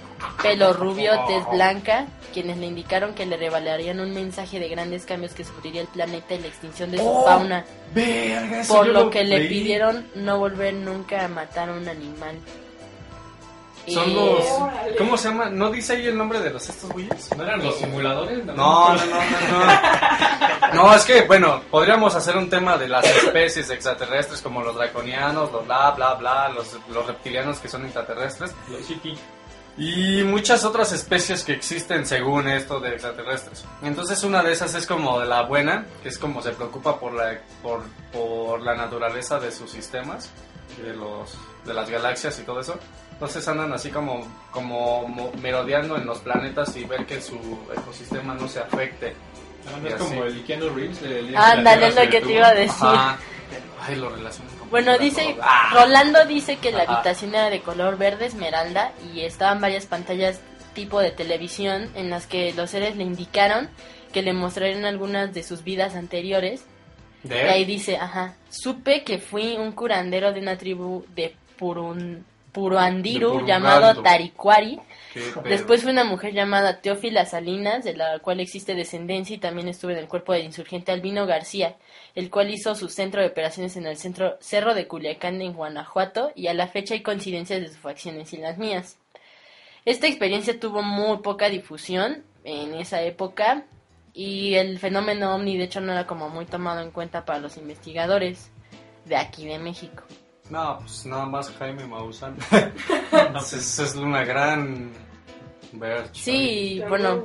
pelo rubio, tez Oh. blanca, quienes le indicaron que le revelarían un mensaje de grandes cambios que sufriría el planeta y la extinción de su Oh, fauna. Verga, eso Por yo lo que le leí. pidieron no volver nunca a matar a un animal. Son Eh, los. Órale. Pues, ¿Cómo se llama? ¿No dice ahí el nombre de los estos güeyes? ¿No eran los simuladores? No, no, no, no, no. No, es que, bueno, podríamos hacer un tema de las especies extraterrestres como los draconianos, los bla, bla, bla, los, los reptilianos que son extraterrestres Los chiqui. y muchas otras especies que existen según esto de extraterrestres. Entonces una de esas es como de la buena, que es como se preocupa por la, por, por la naturaleza de sus sistemas, de, los, de las galaxias y todo eso. Entonces andan así como, como mo- merodeando en los planetas y ver que su ecosistema no se afecte. Ah, no Ya es como sé. el Keanu Reeves de Aliens Ándale, es de la Tierra lo que sobre te iba a tu- decir. Ajá. Ay, lo relaciono con... Bueno, dice, Ah, Rolando dice que la Ajá. habitación era de color verde esmeralda y estaban varias pantallas tipo de televisión en las que los seres le indicaron que le mostrarían algunas de sus vidas anteriores. Y ¿De ahí él? dice, ajá, supe que fui un curandero de una tribu de Purun, Puruandiru De Purungando. llamado Taricuari. Qué pedo. Después fue una mujer llamada Teófila Salinas, de la cual existe descendencia y también estuvo en el cuerpo del insurgente Albino García, el cual hizo su centro de operaciones en el centro Cerro de Culiacán en Guanajuato y a la fecha hay coincidencias de sus facciones y las mías. Esta experiencia tuvo muy poca difusión en esa época y el fenómeno ovni de hecho no era como muy tomado en cuenta para los investigadores de aquí de México. No, pues nada más Jaime Maussan. es, es- es una gran. Berch. Sí, Pero bueno,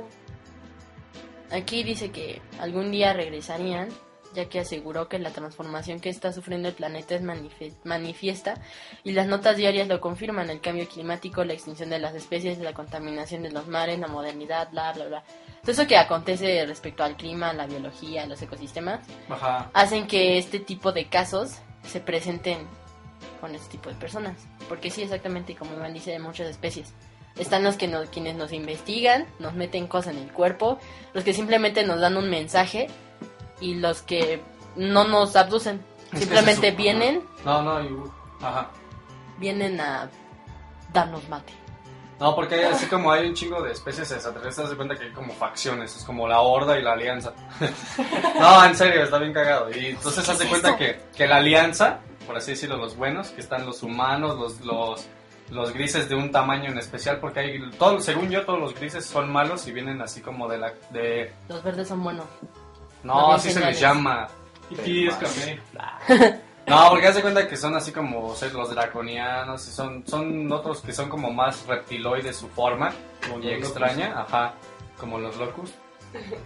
aquí dice que algún día regresarían, ya que aseguró que la transformación que está sufriendo el planeta es manife- manifiesta y las notas diarias lo confirman, el cambio climático, la extinción de las especies, la contaminación de los mares, la modernidad, bla, bla, bla. Todo eso que acontece respecto al clima, la biología, los ecosistemas, Ajá. hacen que este tipo de casos se presenten con este tipo de personas. Porque sí, exactamente, como Iván dice, de muchas especies. Están los que nos, quienes nos investigan, nos meten cosas en el cuerpo, los que simplemente nos dan un mensaje y los que no nos abducen. Es que simplemente es eso. vienen, No, no, y- uh, Ajá. vienen a darnos mate. No, porque hay- así como hay un chingo de especies extraterrestres, haz de cuenta que hay como facciones, es como la horda y la alianza. (laughs) no, en serio, está bien cagado. Y entonces ¿Qué haz es de cuenta eso? que, que la alianza, por así decirlo, los buenos, que están los humanos, los, los, los grises de un tamaño en especial, porque hay, todos, según yo, todos los grises son malos y vienen así como de la... De, Los verdes son buenos. no, Los así se señores. les llama. Y sí, es café. No, porque haz de cuenta que son así como o sea, los draconianos y son, son otros que son como más reptiloides su forma Como y los locos. extraña, (laughs) ajá, como los locus.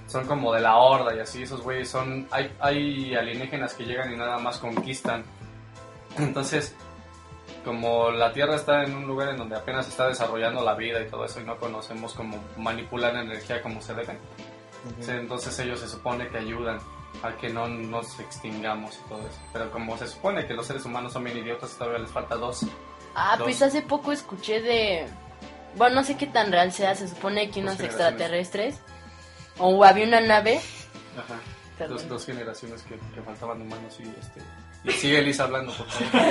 Son como de la horda y así, esos güeyes son... Hay, hay alienígenas que llegan y nada más conquistan. Entonces, como la Tierra está en un lugar en donde apenas se está desarrollando la vida y todo eso y no conocemos cómo manipular la energía como se debe, Sí, entonces ellos se supone que ayudan a que no nos extingamos y todo eso. Pero como se supone que los seres humanos son bien idiotas, todavía les falta dos. Ah, Dos. pues hace poco escuché de... Bueno, no sé qué tan real sea, se supone que Dos unos generaciones. extraterrestres... O había una nave... Ajá. perdón. Dos, dos generaciones que, que faltaban humanos y este... y sigue Elisa hablando, por favor.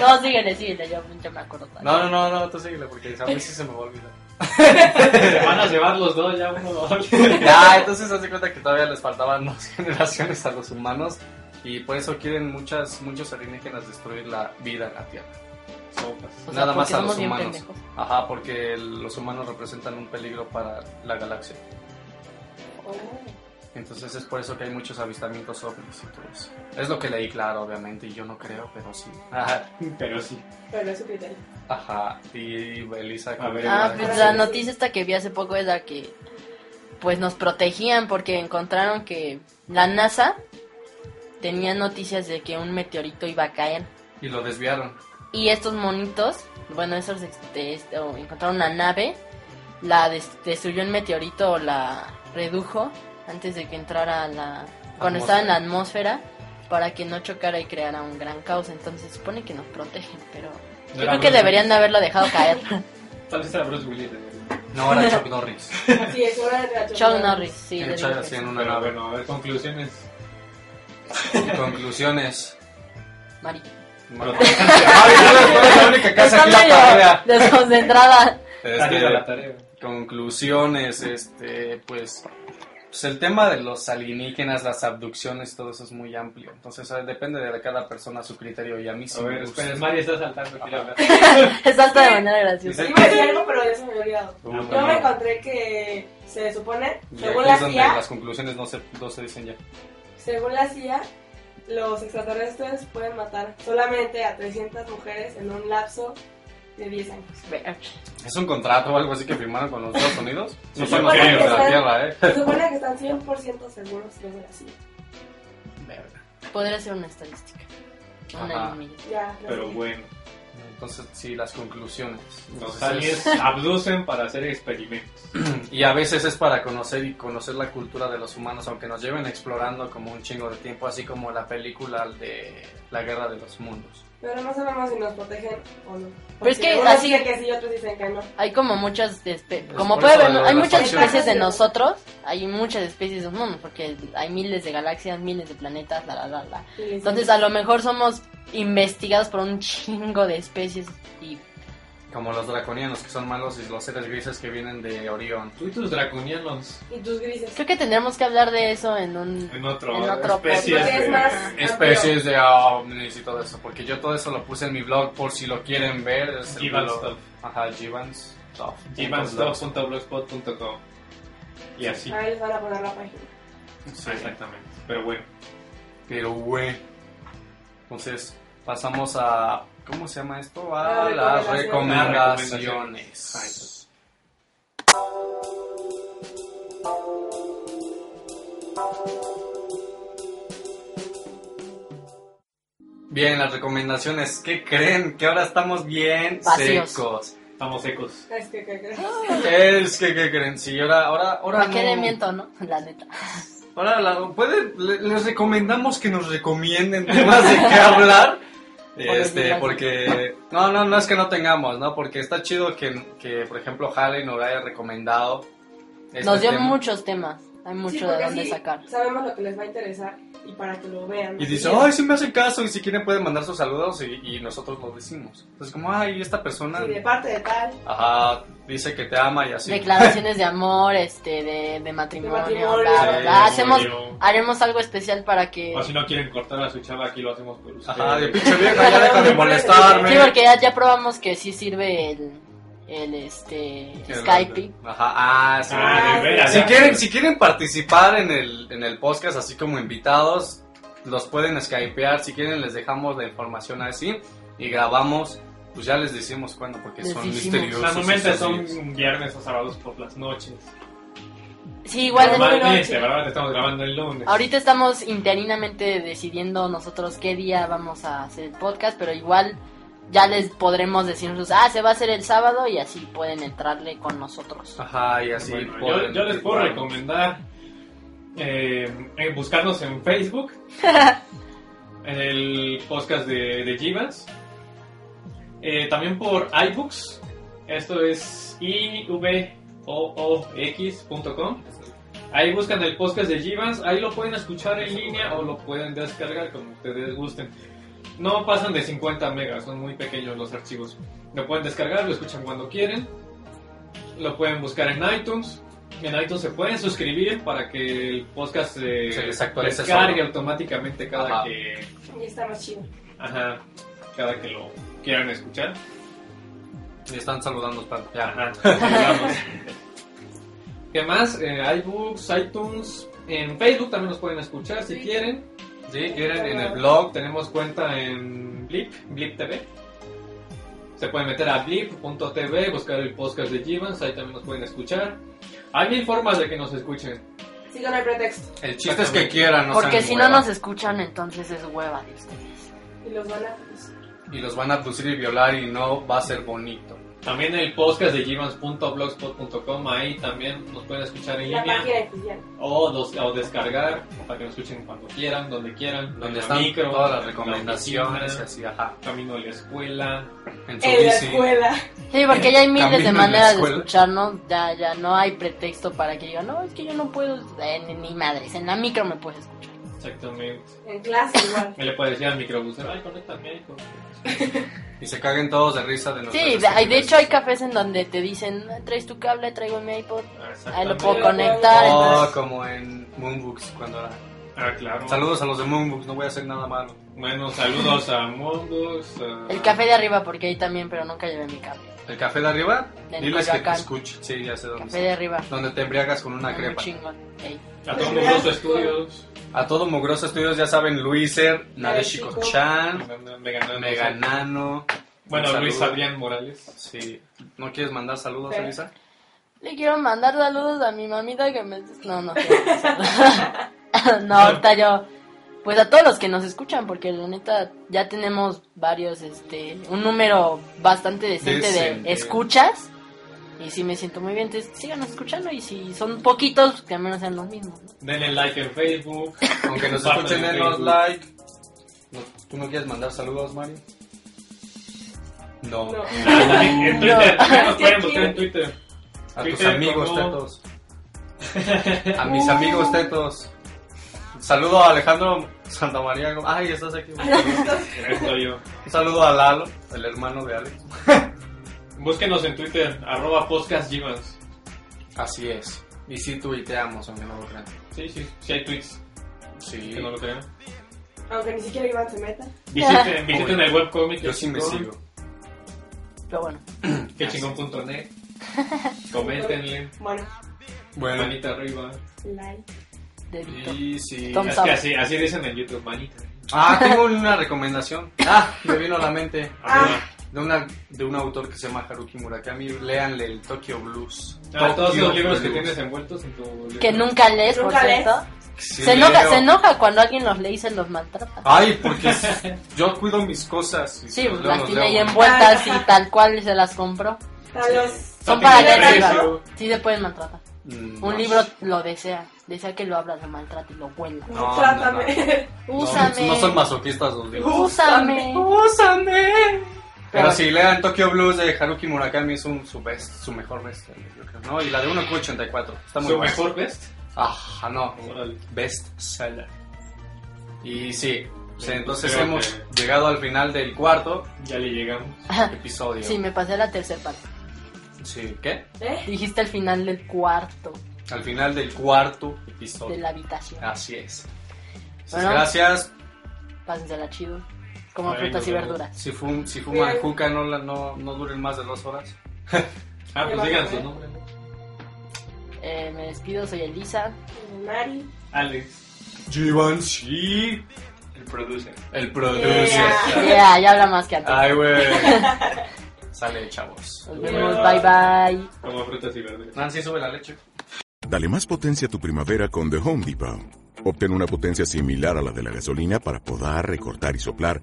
(laughs) No, síguele, síguele, yo ya me acuerdo. No, no, no, no, tú síguele porque a mí sí se me va a olvidar. Se van a llevar los dos, (laughs) ya uno lo Ya, entonces hace cuenta que todavía les faltaban dos (laughs) generaciones a los humanos y por eso quieren muchas, muchos alienígenas destruir la vida en la Tierra. O sea, Nada más porque a somos los bien humanos. pendejos. Ajá, porque los humanos representan un peligro para la galaxia. Entonces es por eso que hay muchos avistamientos ovnis y todo eso. Es lo que leí, claro, obviamente, y yo no creo, pero sí. Ajá, Pero sí. Pero es su criterio. ajá. y Elisa... A ver. Ah, Pero pues sí. la noticia esta que vi hace poco es la que pues nos protegían porque encontraron que la NASA tenía noticias de que un meteorito iba a caer Y lo desviaron. y estos monitos, bueno, esos este, este, o encontraron una nave, la des- destruyó el meteorito o la redujo antes de que entrara la cuando estaba en la atmósfera para que no chocara y creara un gran caos, entonces se supone que nos protegen, pero Yo creo que deberían de haberlo dejado (laughs) caer. Tal vez era Bruce Willis. No, era Chuck Norris. Sí, es hora de la Chuck Norris, sí. En de Chuck verdad. así en una Pero nave. bueno, a ver, conclusiones. Conclusiones. Mari. Protejan (laughs) Ay, no, no, no, la única que hace Está aquí la medio tarea. (laughs) desconcentrada. a la Este, tarea. conclusiones, este, pues, pues el tema de los alienígenas, las abducciones, todo eso es muy amplio. Entonces eh, depende de cada persona su criterio y a mí sí A me ver, gusta. espera, Mari está saltando. quiere (laughs) hablar. Está hasta de manera graciosa. Sí, iba a decir algo, pero ya se me había olvidado. Uh, Yo me no. encontré que se supone, Y según aquí la es donde CIA, las conclusiones no se, no se dicen ya. según la CIA, los extraterrestres pueden matar solamente a 300 mujeres en un lapso de 10 años. ¿Es un contrato o algo así que firmaron con los Estados Unidos? Sí, son yo los creo. dueños de la Tierra, ¿eh? Se supone que están 100% seguros los de la CIA. Podría ser una estadística. Una Ajá. en un millón. Ya, lo Pero sé. bueno, Entonces, sí, las conclusiones. los Entonces, (laughs) aliens abducen para hacer experimentos. es- y a veces es para conocer y conocer la cultura de los humanos, aunque nos lleven explorando como un chingo de tiempo, así como la película de La Guerra de los Mundos. Pero no sabemos si nos protegen o no. Pero es Porque que unos así- dicen que sí, otros dicen que no. Hay como muchas espe- Pues Como por puede eso ver, lo de hay las muchas facciones. especies de nosotros. Hay muchas especies de humanos. Porque hay miles de galaxias, miles de planetas, la la la la. Y les- Entonces a lo mejor somos investigados por un chingo de especies. Y Como los draconianos, que son malos, y los seres grises que vienen de Orión. Tú y tus draconianos Y tus grises. creo que tendríamos que hablar de eso en un. en otro, En otro especies Porque es de- más Especies de ovnis y todo eso, porque yo todo eso lo puse en mi blog por si lo quieren ver. es el Gibbons blog- Stuff. Ajá, Givans Stuff. Gibbonsdog.blogspot.com. Y así. amplio. Ahí les van a poner la página. Sí. Exactamente. Pero bueno. Pero, güey. Entonces, pasamos a. ¿Cómo se llama esto? A Ah, las recomendaciones. Ah, recomendaciones. entonces. Bien, las recomendaciones. ¿Qué creen? Que ahora estamos bien Vacíos. secos. Estamos secos. Es que, que, que- Ah, Es que, ¿qué creen? Sí, ahora, ahora, ahora. ¿Para qué no- le miento, no? (laughs) La neta. Ahora, la- puede, le- les recomendamos que nos recomienden temas de qué hablar. Este, Hola, porque. No, no, no es que no tengamos, ¿no? Porque está chido que, que por ejemplo, Halley nos haya recomendado. este Nos dio tema. muchos temas. Hay mucho Sí, de porque dónde así sacar. Sabemos lo que les va a interesar y para que lo vean. Y dice, Sí. ay, si me hacen caso, y si quieren pueden mandar sus saludos y, y nosotros los decimos. Entonces, como, ay, esta persona, Y de parte de tal, ajá, dice que te ama y así. Declaraciones de amor, este, de, de matrimonio, matrimonio. bla, bla, Sí, Pues, bla. de Hacemos, matrimonio. haremos algo especial para que... Eh, O si no quieren cortar a su chava, aquí lo hacemos por ustedes. Ajá, de pinche vieja, ya (laughs) deja de molestarme. Sí, porque ya, ya probamos que sí sirve el, el este, Skype. Ajá, ah, sí. Ah, de veras. Si ya. quieren, si quieren participar en el, en el podcast así como invitados, los pueden skypear, si quieren les dejamos la información así y grabamos, pues ya les decimos cuándo, porque Les son decimos. misteriosos. Normalmente esos son días. viernes o sábados por las noches. Sí, igual de Normal. nuevo. Normalmente, ¿verdad? Te estamos grabando el lunes. Ahorita estamos interinamente decidiendo nosotros qué día vamos a hacer el podcast, pero igual ya les podremos decir, nosotros, ah, se va a hacer el sábado y así pueden entrarle con nosotros. Ajá, y así. Bueno, yo, pueden- yo les puedo igual. recomendar eh, eh, buscarnos en Facebook, en el podcast de, de Givas, eh, también por iBooks, esto es ivoox.com. Ahí buscan el podcast de Givas, ahí lo pueden escuchar en línea o lo pueden descargar como ustedes gusten. No pasan de 50 megas, son muy pequeños los archivos. Lo pueden descargar, lo escuchan cuando quieren. Lo pueden buscar en iTunes. En iTunes se pueden suscribir para que el podcast se, Se les actualice descargue solo. automáticamente cada Ajá. que y está más chido. ajá, cada que lo quieran escuchar. Me están saludando, están- ya. Ajá, digamos. ¿Qué más? Eh, iBooks, iTunes, en Facebook también nos pueden escuchar si Sí. quieren. Sí, quieren En el blog. blog tenemos cuenta en Blip, Blip TV. Se pueden meter a blip.tv, buscar el podcast de Givans, ahí también nos pueden escuchar. Hay mil formas de que nos escuchen. Sí, no hay pretexto. El chiste es que quieran, no Porque sean si no hueva. nos escuchan, entonces es hueva de ustedes. Y los van a. pues, Y los van a abducir y violar y no va a ser bonito. También el podcast de Givans.blogspot.com, ahí también nos pueden escuchar en la línea. página de Cristian. O, dos- o descargar para que nos escuchen cuando quieran, donde quieran. en Donde la están micro, todas las en la recomendaciones y oficina, así, ajá. Camino de la escuela. En su En la bici. escuela. Sí, porque ya hay miles Camino de en la maneras de escuela. escucharnos, ya, ya no hay pretexto para que digan, no, es que yo no puedo, eh, ni, ni madres, en la micro me puedes escuchar. Exactamente. En clase igual. Me le puede decir al microbusero, ay, conéctame ahí. con-". Y se caguen todos de risa de nosotros. Sí, hay- de hecho hay cafés en donde te dicen, traes tu cable, traigo mi iPod, Ah, ahí exactamente. lo puedo Exactamente. conectar. Oh, entonces- como en Moonbooks cuando era. Ah, claro. Saludos a los de Moonbooks, no voy a hacer nada malo. Bueno, saludos a Mondos. a- El café de arriba, porque ahí también, pero nunca llevé mi cable. ¿El café de arriba? Del Diles que te Coyoacán. escucho. Sí, ya sé dónde. Café de arriba. está. Donde te embriagas con una Muy crepa. chingón. Ey. A todos los estudios. A todo Mugroso Estudios ya saben, Luiser, Nadeshiko Chan, Me ganó. Meganano. Bueno, Un Luis saludo. Adrián Morales. Sí. ¿No quieres mandar saludos, Sí. Elisa? Le quiero mandar saludos a mi mamita que me... (laughs) No, (laughs) no. quiero. no, ahorita yo... Pues a todos los que nos escuchan, porque la neta ya tenemos varios, este, un número bastante decente Decente. de escuchas. Y sí me siento muy bien, entonces síganos escuchando y si son poquitos, pues, que al menos sean los mismos. ¿no? Denle like en (laughs) Facebook. Aunque (laughs) nos Compartan escuchen en en los Facebook. like. No, ¿Tú no quieres mandar saludos, Mario? No. No. (laughs) en (laughs) Twitter. No. también Nos pueden Qué buscar chido. en Twitter. A tus Twitter amigos como- (laughs) tetos. A mis amigos tetos. Saludo a Alejandro Santamaría. Gómez. Ay, estás aquí. Estoy yo. Un saludo a Lalo, el hermano de Alex. Búsquenos en Twitter, arroba podcastgivans. Así es. Y sí tuiteamos, aunque no lo crean. Sí, sí, sí hay tweets Sí. que no (laughs) lo crean. Aunque ni siquiera Iván se meta. Visiten, visiten el webcomic. Yo sí me sigo. Pero bueno, Quechingón.net. Coméntenle. Bueno, Bueno, Manita arriba. like. dedito. Y sí. Tom- Es que así, así dicen en YouTube, manita. Ah, tengo una recomendación. Ah, me vino a la mente. Ah. De, una, de un autor que se llama Haruki Murakami. Léanle el Tokyo Blues. Ah, todos Tokyo los libros que Blues. tienes envueltos en tu... Que libro. nunca lees, por Nunca lees. cierto. Sí, Ah, Se enoja, leo. se enoja cuando alguien los lee y se los maltrata. Ay, porque s- yo cuido mis cosas. y Sí, los pues leo, las los tiene leo. ahí envueltas Ajá. y tal cual se las compró. A los. Son No para tiene leer, precio. ¿verdad? Sí se pueden maltratar. Mm, Un no. libro lo desea. Desea que lo abras, lo maltrate y lo huela. No, no, Trátame. (laughs) No, Úsame. No, son masoquistas los libros. Úsame. ¡Úsame! Pero Pero- si lean Tokyo Blues de Haruki Murakami es un, su best, su mejor best, yo creo, ¿no? Y la de 1Q84, está muy ¿Su buena. mejor best? Ajá, no, Órale. best seller. Y sí, pues, Bien, entonces creo hemos que- llegado al final del cuarto Ya le llegamos. episodio. Sí, me pasé a la tercera parte. Sí, ¿qué? ¿Eh? Dijiste al final del cuarto Al final del cuarto de episodio. la habitación. Así es. Entonces, Bueno. Gracias. Pásensela chido. Como Ay, frutas nos y vemos. verduras. Si, fum, si Bien. fuman juca, no, la- no, no duren más de dos horas. (laughs) Ah, pues Llevamos, digan ¿eh? su nombre. Eh, me despido, soy (laughs) Elisa. Mari. Alex, Givenchy, el producer. el producer. Yeah. Yeah, ya habla más que antes. Ay, güey. Sale, chavos. Nos vemos, bye bye. Como frutas y verduras. Nancy, sube la leche. Dale más potencia a tu primavera con The Home Depot. Obtén una potencia similar a la de la gasolina para podar, recortar y soplar